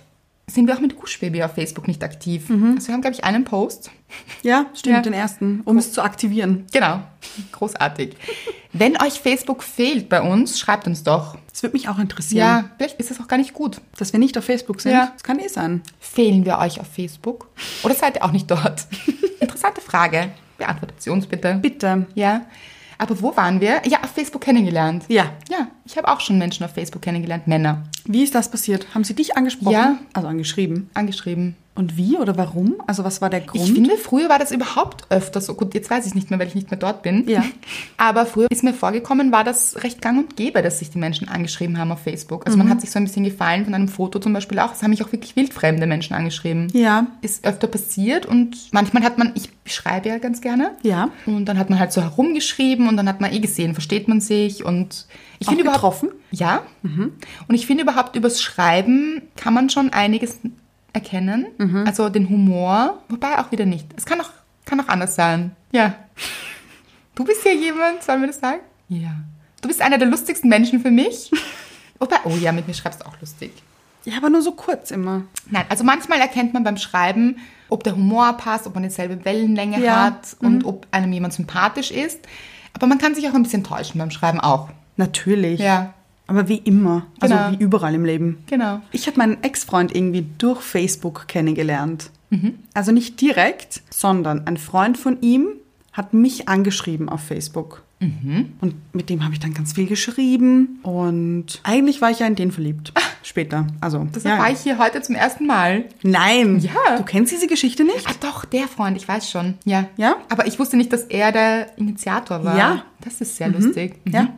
Speaker 1: sind wir auch mit Guschbaby auf Facebook nicht aktiv.
Speaker 2: Mhm.
Speaker 1: Also wir haben, glaube ich, einen Post. *laughs*
Speaker 2: Ja, stimmt,
Speaker 1: Ja.
Speaker 2: den ersten, um es zu aktivieren.
Speaker 1: Genau. Großartig. Wenn euch Facebook fehlt bei uns, schreibt uns doch.
Speaker 2: Das würde mich auch
Speaker 1: Ja,
Speaker 2: interessieren,
Speaker 1: vielleicht ist es auch gar nicht gut.
Speaker 2: dass wir nicht auf Facebook sind.
Speaker 1: Ja.
Speaker 2: Das kann eh sein.
Speaker 1: Fehlen wir euch auf Facebook? Oder seid ihr auch nicht
Speaker 2: *laughs*
Speaker 1: dort? Interessante Frage. Beantwortet sie uns bitte.
Speaker 2: Bitte.
Speaker 1: Ja. Aber wo waren wir? Ja, auf Facebook kennengelernt.
Speaker 2: Ja.
Speaker 1: Ja, ich habe auch schon Menschen auf Facebook kennengelernt, Männer.
Speaker 2: Wie ist das passiert? Haben Sie dich angesprochen?
Speaker 1: Ja.
Speaker 2: Also angeschrieben.
Speaker 1: Angeschrieben.
Speaker 2: Und wie oder warum? Also was war der Grund?
Speaker 1: Ich finde, früher war das überhaupt öfter so. Gut, jetzt weiß ich nicht mehr, weil ich nicht mehr dort bin.
Speaker 2: Ja.
Speaker 1: *laughs* Aber früher ist mir vorgekommen, war das recht gang und gäbe, dass sich die Menschen angeschrieben haben auf Facebook.
Speaker 2: Mhm.
Speaker 1: Also man hat sich so ein bisschen gefallen von einem Foto zum Beispiel auch. Es haben mich auch wirklich wildfremde Menschen angeschrieben.
Speaker 2: Ja.
Speaker 1: Ist öfter passiert und manchmal hat man, ich schreibe ja ganz gerne.
Speaker 2: Ja.
Speaker 1: Und dann hat man halt so herumgeschrieben und dann hat man eh gesehen, versteht man sich und ich
Speaker 2: Auch
Speaker 1: finde überhaupt.
Speaker 2: getroffen?
Speaker 1: Ja. Mhm. Und ich finde überhaupt übers Schreiben kann man schon einiges erkennen.
Speaker 2: Mhm.
Speaker 1: Also den Humor, wobei auch wieder nicht. Es kann auch, kann auch anders sein. Ja. Du bist ja jemand, sollen wir das sagen? Ja. Du bist einer der lustigsten Menschen für
Speaker 2: *laughs*
Speaker 1: mich. Wobei, oh ja, mit mir schreibst du auch lustig.
Speaker 2: Ja, aber nur so kurz immer.
Speaker 1: Nein, also manchmal erkennt man beim Schreiben, ob der Humor passt, ob man dieselbe Wellenlänge
Speaker 2: Ja. Mhm.
Speaker 1: hat und ob einem jemand sympathisch ist. Aber man kann sich auch ein bisschen täuschen beim Schreiben auch.
Speaker 2: Natürlich.
Speaker 1: Ja.
Speaker 2: Aber wie immer.
Speaker 1: Genau.
Speaker 2: Also wie überall im Leben.
Speaker 1: Genau.
Speaker 2: Ich habe meinen Ex-Freund irgendwie durch Facebook kennengelernt. Also nicht direkt, sondern ein Freund von ihm hat mich angeschrieben auf Facebook. Und mit dem habe ich dann ganz viel geschrieben. Und eigentlich war ich ja in den verliebt. Später. Also.
Speaker 1: Das
Speaker 2: ja,
Speaker 1: war
Speaker 2: ja.
Speaker 1: ich hier heute zum ersten Mal.
Speaker 2: Nein.
Speaker 1: Ja.
Speaker 2: Du kennst diese Geschichte nicht?
Speaker 1: Ah, doch, der Freund, ich weiß schon. Ja.
Speaker 2: Ja?
Speaker 1: Aber ich wusste nicht, dass er der Initiator war.
Speaker 2: Ja.
Speaker 1: Das ist sehr lustig. Mhm.
Speaker 2: Ja.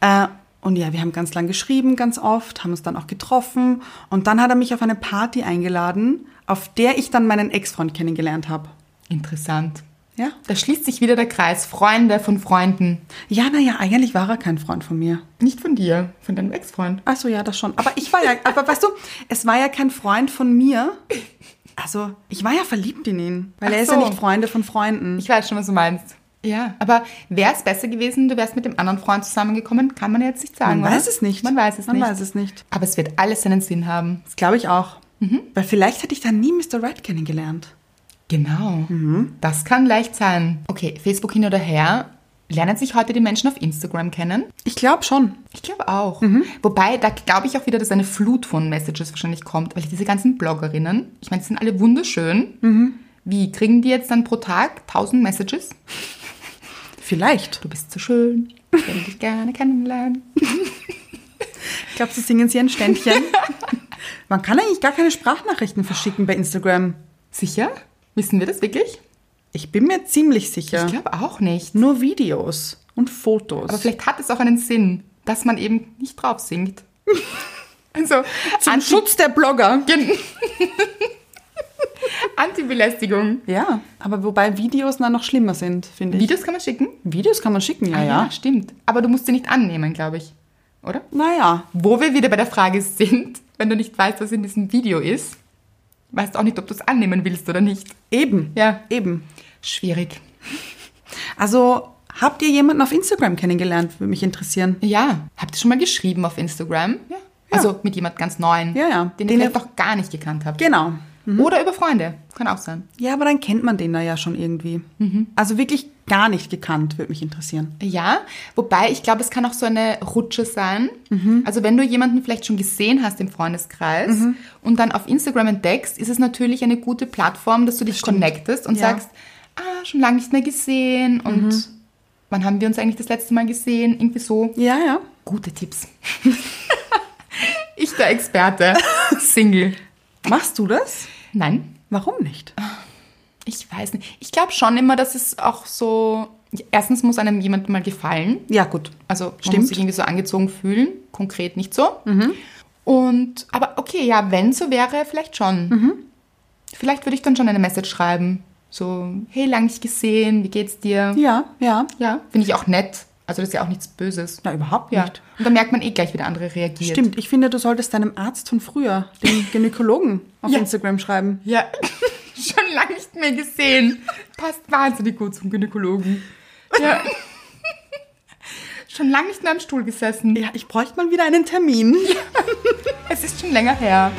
Speaker 2: Äh, und ja, wir haben ganz lang geschrieben, ganz oft, haben uns dann auch getroffen. Und dann hat er mich auf eine Party eingeladen, auf der ich dann meinen Ex-Freund kennengelernt habe.
Speaker 1: Interessant.
Speaker 2: Ja?
Speaker 1: Da schließt sich wieder der Kreis. Freunde von Freunden.
Speaker 2: Ja, naja, eigentlich war er kein Freund von mir.
Speaker 1: Nicht von dir, von deinem Ex-Freund.
Speaker 2: Ach so, ja, das schon. Aber ich
Speaker 1: *laughs*
Speaker 2: war ja, aber weißt du, es war ja kein Freund von mir. Also, ich war ja verliebt in ihn, weil er
Speaker 1: Ach
Speaker 2: ist ja
Speaker 1: so.
Speaker 2: nicht Freunde von Freunden.
Speaker 1: Ich weiß schon, was du meinst. Ja. Aber wäre es besser gewesen, du wärst mit dem anderen Freund zusammengekommen? Kann man jetzt nicht sagen.
Speaker 2: Man
Speaker 1: oder?
Speaker 2: weiß es nicht.
Speaker 1: Man weiß es
Speaker 2: Man
Speaker 1: nicht.
Speaker 2: weiß es nicht.
Speaker 1: Aber es wird alles seinen Sinn haben.
Speaker 2: Das glaube ich auch.
Speaker 1: Mhm.
Speaker 2: Weil vielleicht hätte ich dann nie Mr. Red kennengelernt.
Speaker 1: Genau.
Speaker 2: Mhm.
Speaker 1: Das kann leicht sein. Okay, Facebook hin oder her. Lernen sich heute die Menschen auf Instagram kennen?
Speaker 2: Ich glaube schon.
Speaker 1: Ich glaube auch.
Speaker 2: Mhm.
Speaker 1: Wobei, da glaube ich auch wieder, dass eine Flut von Messages wahrscheinlich kommt, weil diese ganzen Bloggerinnen, ich meine, die sind alle wunderschön.
Speaker 2: Mhm.
Speaker 1: Wie kriegen die jetzt dann pro Tag 1000 Messages?
Speaker 2: Vielleicht.
Speaker 1: Du bist so schön, ich würde dich *laughs* gerne kennenlernen.
Speaker 2: Ich glaube, sie singen sie ein *laughs* Ständchen. Man kann eigentlich gar keine Sprachnachrichten verschicken bei Instagram.
Speaker 1: Sicher? Wissen wir das wirklich?
Speaker 2: Ich bin mir ziemlich sicher.
Speaker 1: Ich glaube auch nicht.
Speaker 2: Nur Videos und Fotos.
Speaker 1: Aber vielleicht hat es auch einen Sinn, dass man eben nicht drauf
Speaker 2: *laughs*
Speaker 1: singt. also,
Speaker 2: Zum
Speaker 1: Anti-
Speaker 2: Schutz der Blogger.
Speaker 1: Gen- Anti-Belästigung.
Speaker 2: Ja, aber wobei Videos dann noch schlimmer sind, finde ich.
Speaker 1: Videos kann man schicken?
Speaker 2: Videos kann man schicken, ja,
Speaker 1: Ah
Speaker 2: ja.
Speaker 1: stimmt. Aber du musst sie nicht annehmen, glaube ich. Oder?
Speaker 2: Naja,
Speaker 1: Wo wir wieder bei der Frage sind, *laughs* wenn du nicht weißt, was in diesem Video ist, weißt du auch nicht, ob du es annehmen willst oder nicht.
Speaker 2: eben.
Speaker 1: Ja.
Speaker 2: Eben.
Speaker 1: Schwierig.
Speaker 2: Also, habt ihr jemanden auf Instagram kennengelernt? Würde mich interessieren.
Speaker 1: Ja. Habt ihr schon mal geschrieben auf Instagram? Ja. Also mit jemand ganz Neuen.
Speaker 2: Ja, ja.
Speaker 1: Den,
Speaker 2: Den
Speaker 1: ihr vielleicht
Speaker 2: ihr-
Speaker 1: auch gar nicht gekannt habt.
Speaker 2: Genau.
Speaker 1: Oder über Freunde. Kann auch sein.
Speaker 2: Ja, aber dann kennt man den da ja schon irgendwie. Also wirklich gar nicht gekannt, würde mich interessieren.
Speaker 1: Ja, wobei ich glaube, es kann auch so eine Rutsche sein. Also wenn du jemanden vielleicht schon gesehen hast im Freundeskreis und dann auf Instagram entdeckst, ist es natürlich eine gute Plattform, dass du dich connectest und
Speaker 2: Ja.
Speaker 1: sagst, ah, schon lange nicht mehr gesehen und wann haben wir uns eigentlich das letzte Mal gesehen? Irgendwie so.
Speaker 2: Ja, ja.
Speaker 1: Gute Tipps. *laughs* ich der Experte. Single.
Speaker 2: Machst du das?
Speaker 1: Nein,
Speaker 2: Warum nicht?
Speaker 1: ich weiß nicht. Ich glaube schon immer, dass es auch so, erstens muss einem jemand mal gefallen.
Speaker 2: Ja, gut.
Speaker 1: Also man
Speaker 2: Stimmt. Mhm.
Speaker 1: muss sich irgendwie so angezogen fühlen, konkret nicht so. Und aber okay, ja, wenn so wäre, vielleicht schon.
Speaker 2: Mhm.
Speaker 1: Vielleicht würde ich dann schon eine Message schreiben. So, hey, lang nicht gesehen, wie geht's dir?
Speaker 2: Ja, ja.
Speaker 1: Ja, finde ich auch nett. Also das ist ja auch nichts Böses.
Speaker 2: Na, überhaupt
Speaker 1: Ja.
Speaker 2: nicht.
Speaker 1: Und dann merkt man eh gleich, wie der andere reagiert.
Speaker 2: Stimmt, ich finde, du solltest deinem Arzt von früher, *laughs* dem Gynäkologen, auf
Speaker 1: Ja.
Speaker 2: Instagram schreiben.
Speaker 1: Ja, *laughs* schon lange nicht mehr gesehen. Passt wahnsinnig gut zum Gynäkologen.
Speaker 2: *laughs*
Speaker 1: Ja. schon lange nicht mehr am Stuhl gesessen.
Speaker 2: Ja, ich bräuchte mal wieder einen Termin.
Speaker 1: Es ist schon länger her.